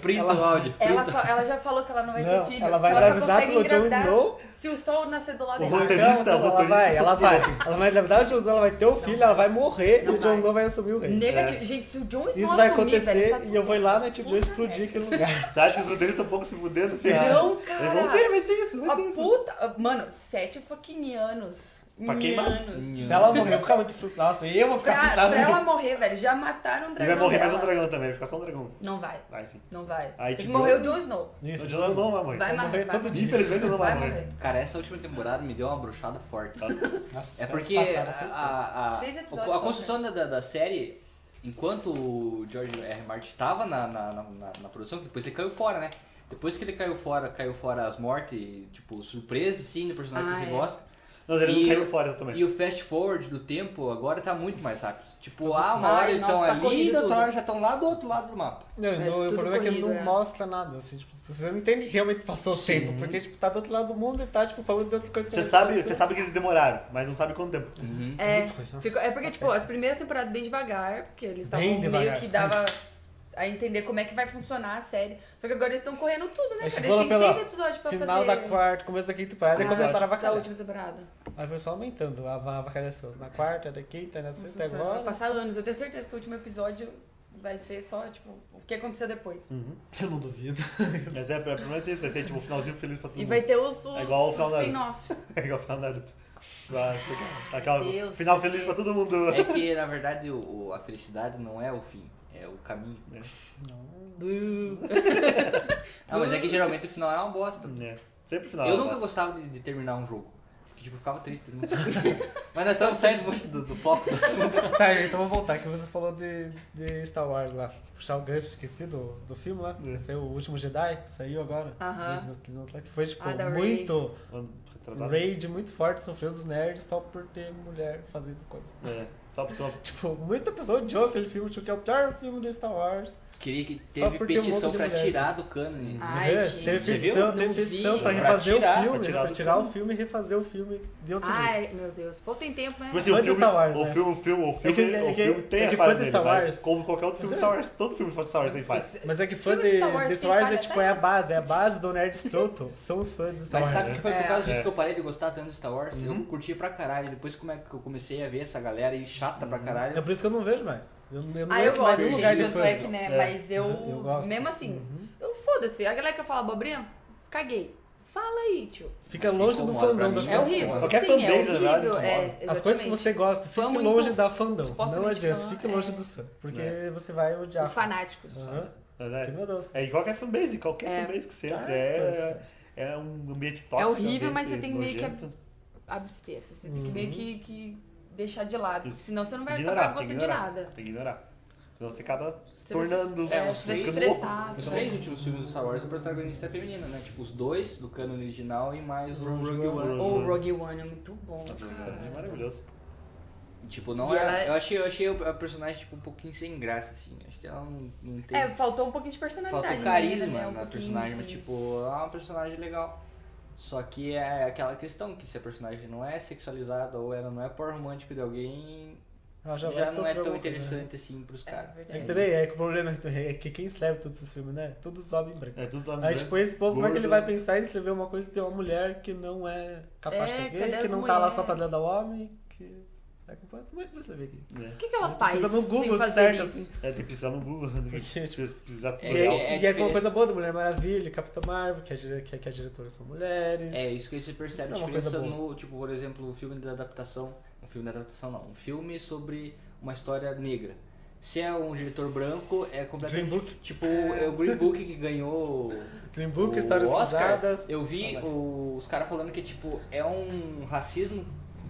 Printa o áudio.
Ela, só- ela já falou que ela não vai
Não,
ter filho.
ela vai
só
engravidar
consegue
pelo Jon
engravidar
Snow.
Se o sol nascer do lado
O
errado.
roteirista,
Ela vai, ela
roteirista
vai,
se
ela vai. Ela vai engravidar do Jon Snow, ela vai ter o filho, ela vai morrer e
Não
o Jon
vai.
Snow vai assumir o rei.
Negativo. Gente, se o Jon Snow
É. Isso vai
assumir,
acontecer
velho, tá
e eu vou ir lá na HBO
Puta
explodir É. aquele lugar.
Você acha que os roteiristas estão um pouco se fudendo? Assim,
Não,
ah,
cara.
Vai ter, vai ter isso, Hum. vai ter
A
isso.
puta. Mano, sete fucking anos.
Pra queimar.
Hum.
Se ela morrer, eu vou ficar muito frustrado. Nossa, eu vou ficar
Pra,
frustrado.
pra ela morrer, velho, já mataram um
E
dragão.
vai morrer
dela.
mais um dragão também, vai ficar só um dragão.
Não vai,
Vai sim.
não vai.
Aí,
Tem que
tipo,
morrer o Jon Snow.
O
Isso.
Jonas não vai morrer.
Vai
Vai
morrer,
morrer
vai
todo
morrer.
Infelizmente não vai,
Vai
morrer.
morrer.
Cara, essa última temporada me deu uma brochada forte.
Nossa.
Nossa,
É
elas
porque
passaram,
a-
foi-
a, a-
Seis episódios
a
só, né?
construção da, da- da série, enquanto o George R. R. Martin estava na, na, na- na- na produção, depois ele caiu fora, né? Depois que ele caiu fora, caiu fora as mortes, tipo, surpresa, sim, do personagem
Ah,
que você
é.
gosta.
Nossa, ele
E-
não caiu fora também.
E o fast forward do tempo agora tá muito mais rápido. Tipo, ah, uma
mais.
hora
Ai,
eles
nossa,
estão
tá
ali,
corrido
da outra
tudo.
hora já estão lá do outro lado do mapa.
Não,
É
não, o
tudo
problema é que ele
corrido,
não
é.
mostra nada, assim, tipo, você não entende que realmente passou o tempo, porque, tipo, tá do outro lado do mundo e tá, tipo, falando de outra coisa que
Você
não
sabe,
aconteceu.
você sabe que eles demoraram, mas não sabe quanto tempo.
É,
Muito ruim, nossa.
ficou- é porque, tipo, as primeiras temporadas bem devagar, porque eles estavam
Bem
meio
devagar,
que
sim.
dava a entender como é que vai funcionar a série. Só que agora eles estão correndo tudo, né? cara?
Aí chegou
Eles
lá
têm
pela
seis episódios pra
final
fazer.
da quarta, começo da quinta temporada, e
Ah,
começaram a
essa
vacalhar.
última temporada.
Aí foi só aumentando a a avacalhação. Na quarta, na quinta, na sexta,
Nossa, Vai
tá agora...
passar anos. Eu tenho certeza que o último episódio vai ser só, tipo, o que aconteceu depois.
Uhum. Eu não duvido.
Mas é, provavelmente isso, vai ser tipo um finalzinho feliz pra todo
E
mundo.
vai ter os, os,
É igual o final
os
da-
spin-offs.
É igual o final da Naruto. Vai, fica- Aquela,
Ah, Deus,
final
porque-
feliz pra todo mundo.
É que, na verdade, o- o- a felicidade não é o fim, é o caminho. Ah, mas é que geralmente o final é uma bosta.
É. Sempre o final.
eu nunca
nossa.
gostava de, de terminar um jogo. Porque, tipo, eu ficava triste. Não... é mas nós estamos saindo muito do, do foco do assunto.
Tá, então vou voltar, que você falou de, de Star Wars lá. Puxar o gancho, esqueci do, do filme lá.
É.
Esse é o último Jedi, que saiu agora.
Aham.
Eles- eles não- Que foi, tipo,
Ah, da Rey.
muito...
Mano, retrasado.
Raid muito forte, sofreu dos nerds só por ter mulher fazendo coisa.
É, só por só-
Tipo, muita pessoa odiou aquele filme, achou que é o pior filme do Star Wars.
Queria que
Só
teve
por ter um
petição
monte de
pra
mulher,
tirar do cânone.
Ah.
Ah.
Ai,
É,
gente.
teve
Você viu?
petição,
Não
teve
vi.
petição pra
Pra
refazer
tirar,
o filme,
pra
né?
tirar
pra
do
tirar o
filme.
filme e refazer o filme de outro jeito.
Ai, meu Deus. Pô, sem tempo, né?
Tipo assim, o
Quanto
filme,
Star Wars,
o
né?
filme, o filme, o filme,
que- é
o
que-
filme tem
é que
as
quanto
falhas dele,
Star
mas
Wars?
como qualquer outro filme de Star Wars, todo filme de Star Wars tem faz.
Mas é que fã
Filme
de,
de Star Wars
de
tem
Star Wars é
falha
tipo,
até
é a
hoje.
base, é a base do nerd escroto. São os fãs de Star
Mas
Wars.
sabe que foi por causa disso
É. Uhum.
que eu parei de gostar tanto de Star Wars? Eu curtia pra caralho. Depois como é que eu comecei a ver essa galera aí chata
Uhum.
pra
É
caralho.
por isso que eu não vejo mais. Eu, não- eu não
Ah, eu
vejo mais
gosto,
um nenhum
gente,
lugar de
tanto
fã.
é que, né?
É.
Mas eu,
Eu gosto. Uhum.
mesmo assim, eu foda-se. A galera que fala abobrinha, caguei. Fala aí, tio.
Fica longe do
Incomoda pra
fandom
mim.
das
É
coisas. que você
horrível.
gosta.
Qualquer
Sim, é
fanbase, na
horrível.
verdade,
é,
incomoda.
As coisas que
exatamente.
você gosta, fique
Fã muito-
longe da fandom. Não
supostamente
adianta,
fã,
fique
é.
longe dos fãs. Porque
Né?
É.
você vai odiar.
Os fanáticos.
Aham.
Mas
Que
é,
meu Deus.
é em qualquer fanbase, qualquer
É.
fanbase que você entra,
É.
é, é um ambiente tóxico.
É horrível,
um
mas
ambiente
você tem meio que-
nojento.
Abster-se. Você tem que meio que, que deixar de lado.
Isso.
Senão você não vai
Ignorar,
acabar
tem que
gostando de
ignorar.
nada.
Tem que ignorar. Senão você acaba se
Você
tornando.
vai-
ficando
é, você vai se
louco.
estressar,
Os
você
três últimos filmes do Star Wars, o protagonista é feminino, né? Tipo, os dois do cânone original e mais o Rogue One.
One.
Ou o Rogue One é muito bom.
Nossa,
cara.
é maravilhoso.
Tipo, não
E
é.
ela-
Eu achei, eu achei a personagem tipo, um pouquinho sem graça, assim. Acho que ela não, não tem.
É, faltou um pouquinho de personalidade.
Faltou
né,
carisma
né, um
na
pouquinho,
personagem, mas
assim.
tipo, ela é uma personagem legal. Só que é aquela questão que se a personagem não é sexualizada ou ela não é por romântico de alguém,
Ela
já,
já, vai
não
sofrer
é tão
alguma coisa, né?
interessante assim pros
É
caras.
É que
verdade.
também, é que o problema é que- é que quem escreve todos esses filmes, né? Todos homens brancos.
É tudo
né?
Aí tipo, esse povo, como é que ele
Gordo.
vai pensar em escrever uma coisa que tem uma mulher que não é capaz
É,
de ter
cadê
gay, que
as
não tá lá
mulher?
só pra agradar o homem, que... é culpa- Como é que você vê aqui?
O que, que ela
Você
faz
precisa no Google
sem fazer
certas-
isso?
É, tem que precisar no Google, né?
Porque, tipo,
Precisa- precisar
é-
e
tutorial.
é, e é
diferença.
uma coisa boa da Mulher Maravilha, Capitã Marvel, que, a, dire- que, que as diretoras são mulheres.
É isso que você percebe
Isso
a
é uma coisa
diferença
boa.
no, tipo, por exemplo, o filme da adaptação. Um filme da adaptação não, um filme sobre uma história negra. Se é um diretor branco, é completamente.
Green Book.
Tipo, é o Green Book que ganhou
Dream Book,
o
Histórias
Oscar,
Cruzadas.
Eu vi
Ah, mas-
o- os caras falando que, tipo, é um racismo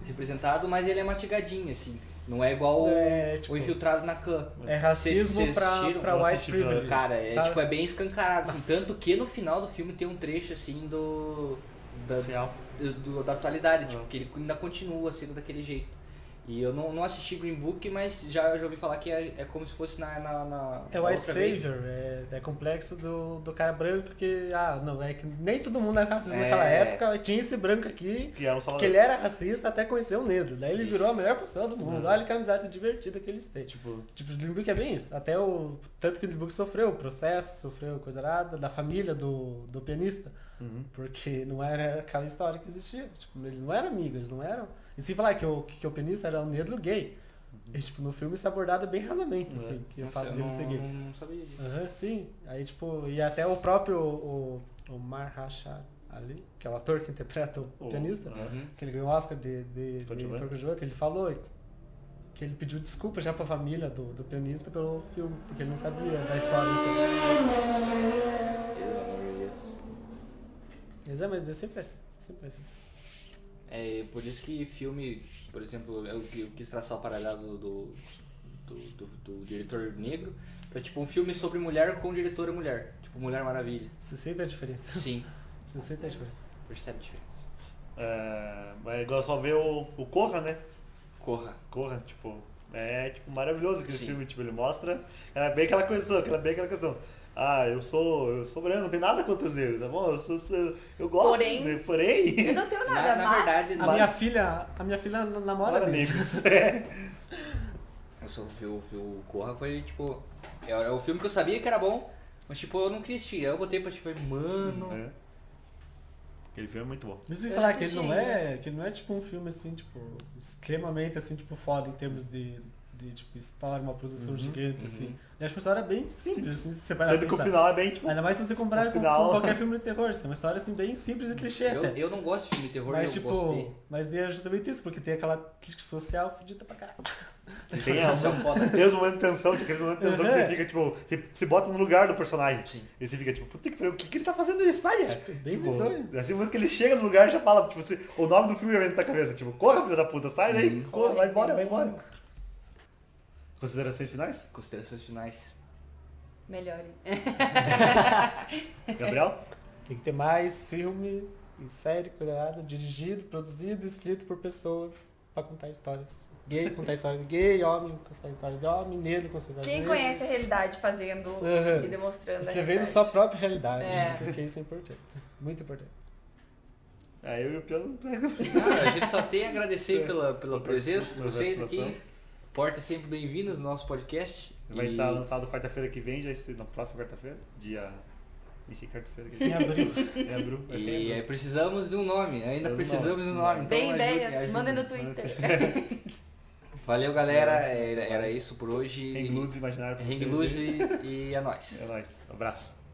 representado, mas ele é mastigadinho, assim. Não é igual o-
É, tipo,
o infiltrado na clã.
É racismo
Vocês- vocês
pra,
assistiram?
pra
Eu
white
assisti pra-
privilege.
Cara, é,
sabe?
tipo, é bem escancarado, assim,
Nossa.
tanto que no final do filme tem um trecho, assim, do... Da,
Real.
do- do- da atualidade,
Ah.
tipo, que ele ainda continua sendo daquele jeito. E eu não, não assisti Green Book, mas já, já ouvi falar que é, é como se fosse na... na, na
É
na
White
outra vez.
Savior, é, é complexo do, do cara branco que. Ah, não, é que nem todo mundo era racista
É.
naquela época. e Tinha esse branco aqui,
Que era um
que
salvador.
ele é- era racista até conhecer o negro. Daí ele
Isso.
virou a melhor pessoa do mundo.
É.
Olha que amizade divertida que eles têm. Tipo,
Tipo,
tipo, o Dream Book é bem isso. Até o. Tanto que o Dream Book sofreu o processo, sofreu coisa errada, da família do, do pianista.
uhum.
Porque não era aquela história que existia. Tipo, eles não eram amigos, eles não eram. E se falar que o, que o pianista era um negro gay. E, tipo, no filme isso é abordado bem rasamente,
É.
assim, que o
Uhum. Nossa,
fato
eu
dele
não,
ser gay.
não sabia disso.
Aham, sim. Aí, tipo, e até o próprio o, o Mahershala- ali, que é o ator que interpreta o,
O-
pianista,
Uhum.
que ele ganhou o Oscar de, de, de
Coadjuvante.
ator coadjuvante, ele falou que ele pediu desculpa já pra família do, do pianista pelo filme, porque ele não sabia da história. Então.
Eu não mereço.
Mas é, mas daí sempre é assim, sempre é assim.
É por isso que filme, por exemplo, eu que- eu quis traçar o paralelo do, do, do, do diretor negro pra tipo um filme sobre mulher com diretora mulher. Tipo Mulher Maravilha.
Você sente a diferença.
Sim,
Você sente a diferença.
percebe a diferença.
É, mas igual só ver o, o Corra, né?
Corra.
Corra, tipo, é tipo maravilhoso aquele
Sim.
filme, tipo, ele mostra. É bem aquela questão, aquela bem aquela questão. Ah, eu sou, eu sou branco, não tem nada contra os negros, tá bom? Eu, sou, sou- eu gosto,
Porém-
né? porém,
Eu não tenho
Na,
nada,
na
mas...
verdade,
A
na-
minha filha, a minha filha namora
para
dele.
negros. É.
eu só vi o, vi o Corra foi tipo. É, é o filme que eu sabia que era bom, mas tipo, eu não queria assistir. Aí eu botei pra tipo, mano.
É. Aquele filme é muito bom.
Mas você
Eu
falar
não
que ele não
assisti né?
é, que ele não é tipo um filme assim, tipo, extremamente assim, tipo, foda em termos de, de tipo, história, uma produção gigante, assim. Eu acho uma história bem simples, assim, se você vai lá
Sendo Uhum. que o
pensar.
final é bem, tipo,
Ainda mais se você comprar
No
com,
final-
com qualquer filme de terror, assim, é uma história assim bem simples e clichê
Eu,
até.
eu não gosto de filme de terror,
Mas
eu
tipo,
gostei.
mas daí ajuda muito isso, porque tem aquela crítica social fodida pra caralho.
tem
Essa
a,
é foda.
tem os momentos de tensão, tipo, aqueles momentos de tensão que
Uhum.
você fica, tipo, você se bota no lugar do personagem.
Sim.
E você fica, tipo, puta que pariu, o que, que ele tá fazendo isso? Saia!
bem
tipo,
bizonho.
assim, quando que ele chega no lugar, já fala, tipo, você, o nome do filme já vem na tua cabeça, tipo, corra, filha da puta, sai daí,
Uhum.
corra, vai embora, vai embora. Considerações finais?
Considerações finais.
Melhore.
Gabriel?
Tem que ter mais filme e série cuidado, dirigido, produzido, e escrito por pessoas pra contar histórias. Gay contar história de gay, homem contar história de homem, negro contar história de
Quem
negro.
conhece a realidade fazendo
Uhum.
e demonstrando a
Escrevendo
realidade.
sua própria realidade,
É.
porque isso é importante. Muito importante.
Aí eu e o Piano.
Cara, a gente só tem a agradecer pela, pela
Pela
presença de vocês
participação.
aqui. Porta sempre bem-vindas no nosso podcast.
Vai tá
E
estar lançado quarta-feira que vem, já esse- na próxima quarta-feira, dia. Nem sei que quarta-feira que
Em
vem.
abril.
É abril, acho que é
E
abril.
é, precisamos de um nome, ainda
Nossa,
precisamos de um
não.
nome. Então,
Deem
ajude-
ideias,
ajude.
mandem no Twitter.
Valeu, galera. Era, era isso por hoje.
Hang Luz Imaginário pra
Hang
vocês.
Luz
aí.
e, e é nóis.
É nóis. Abraço.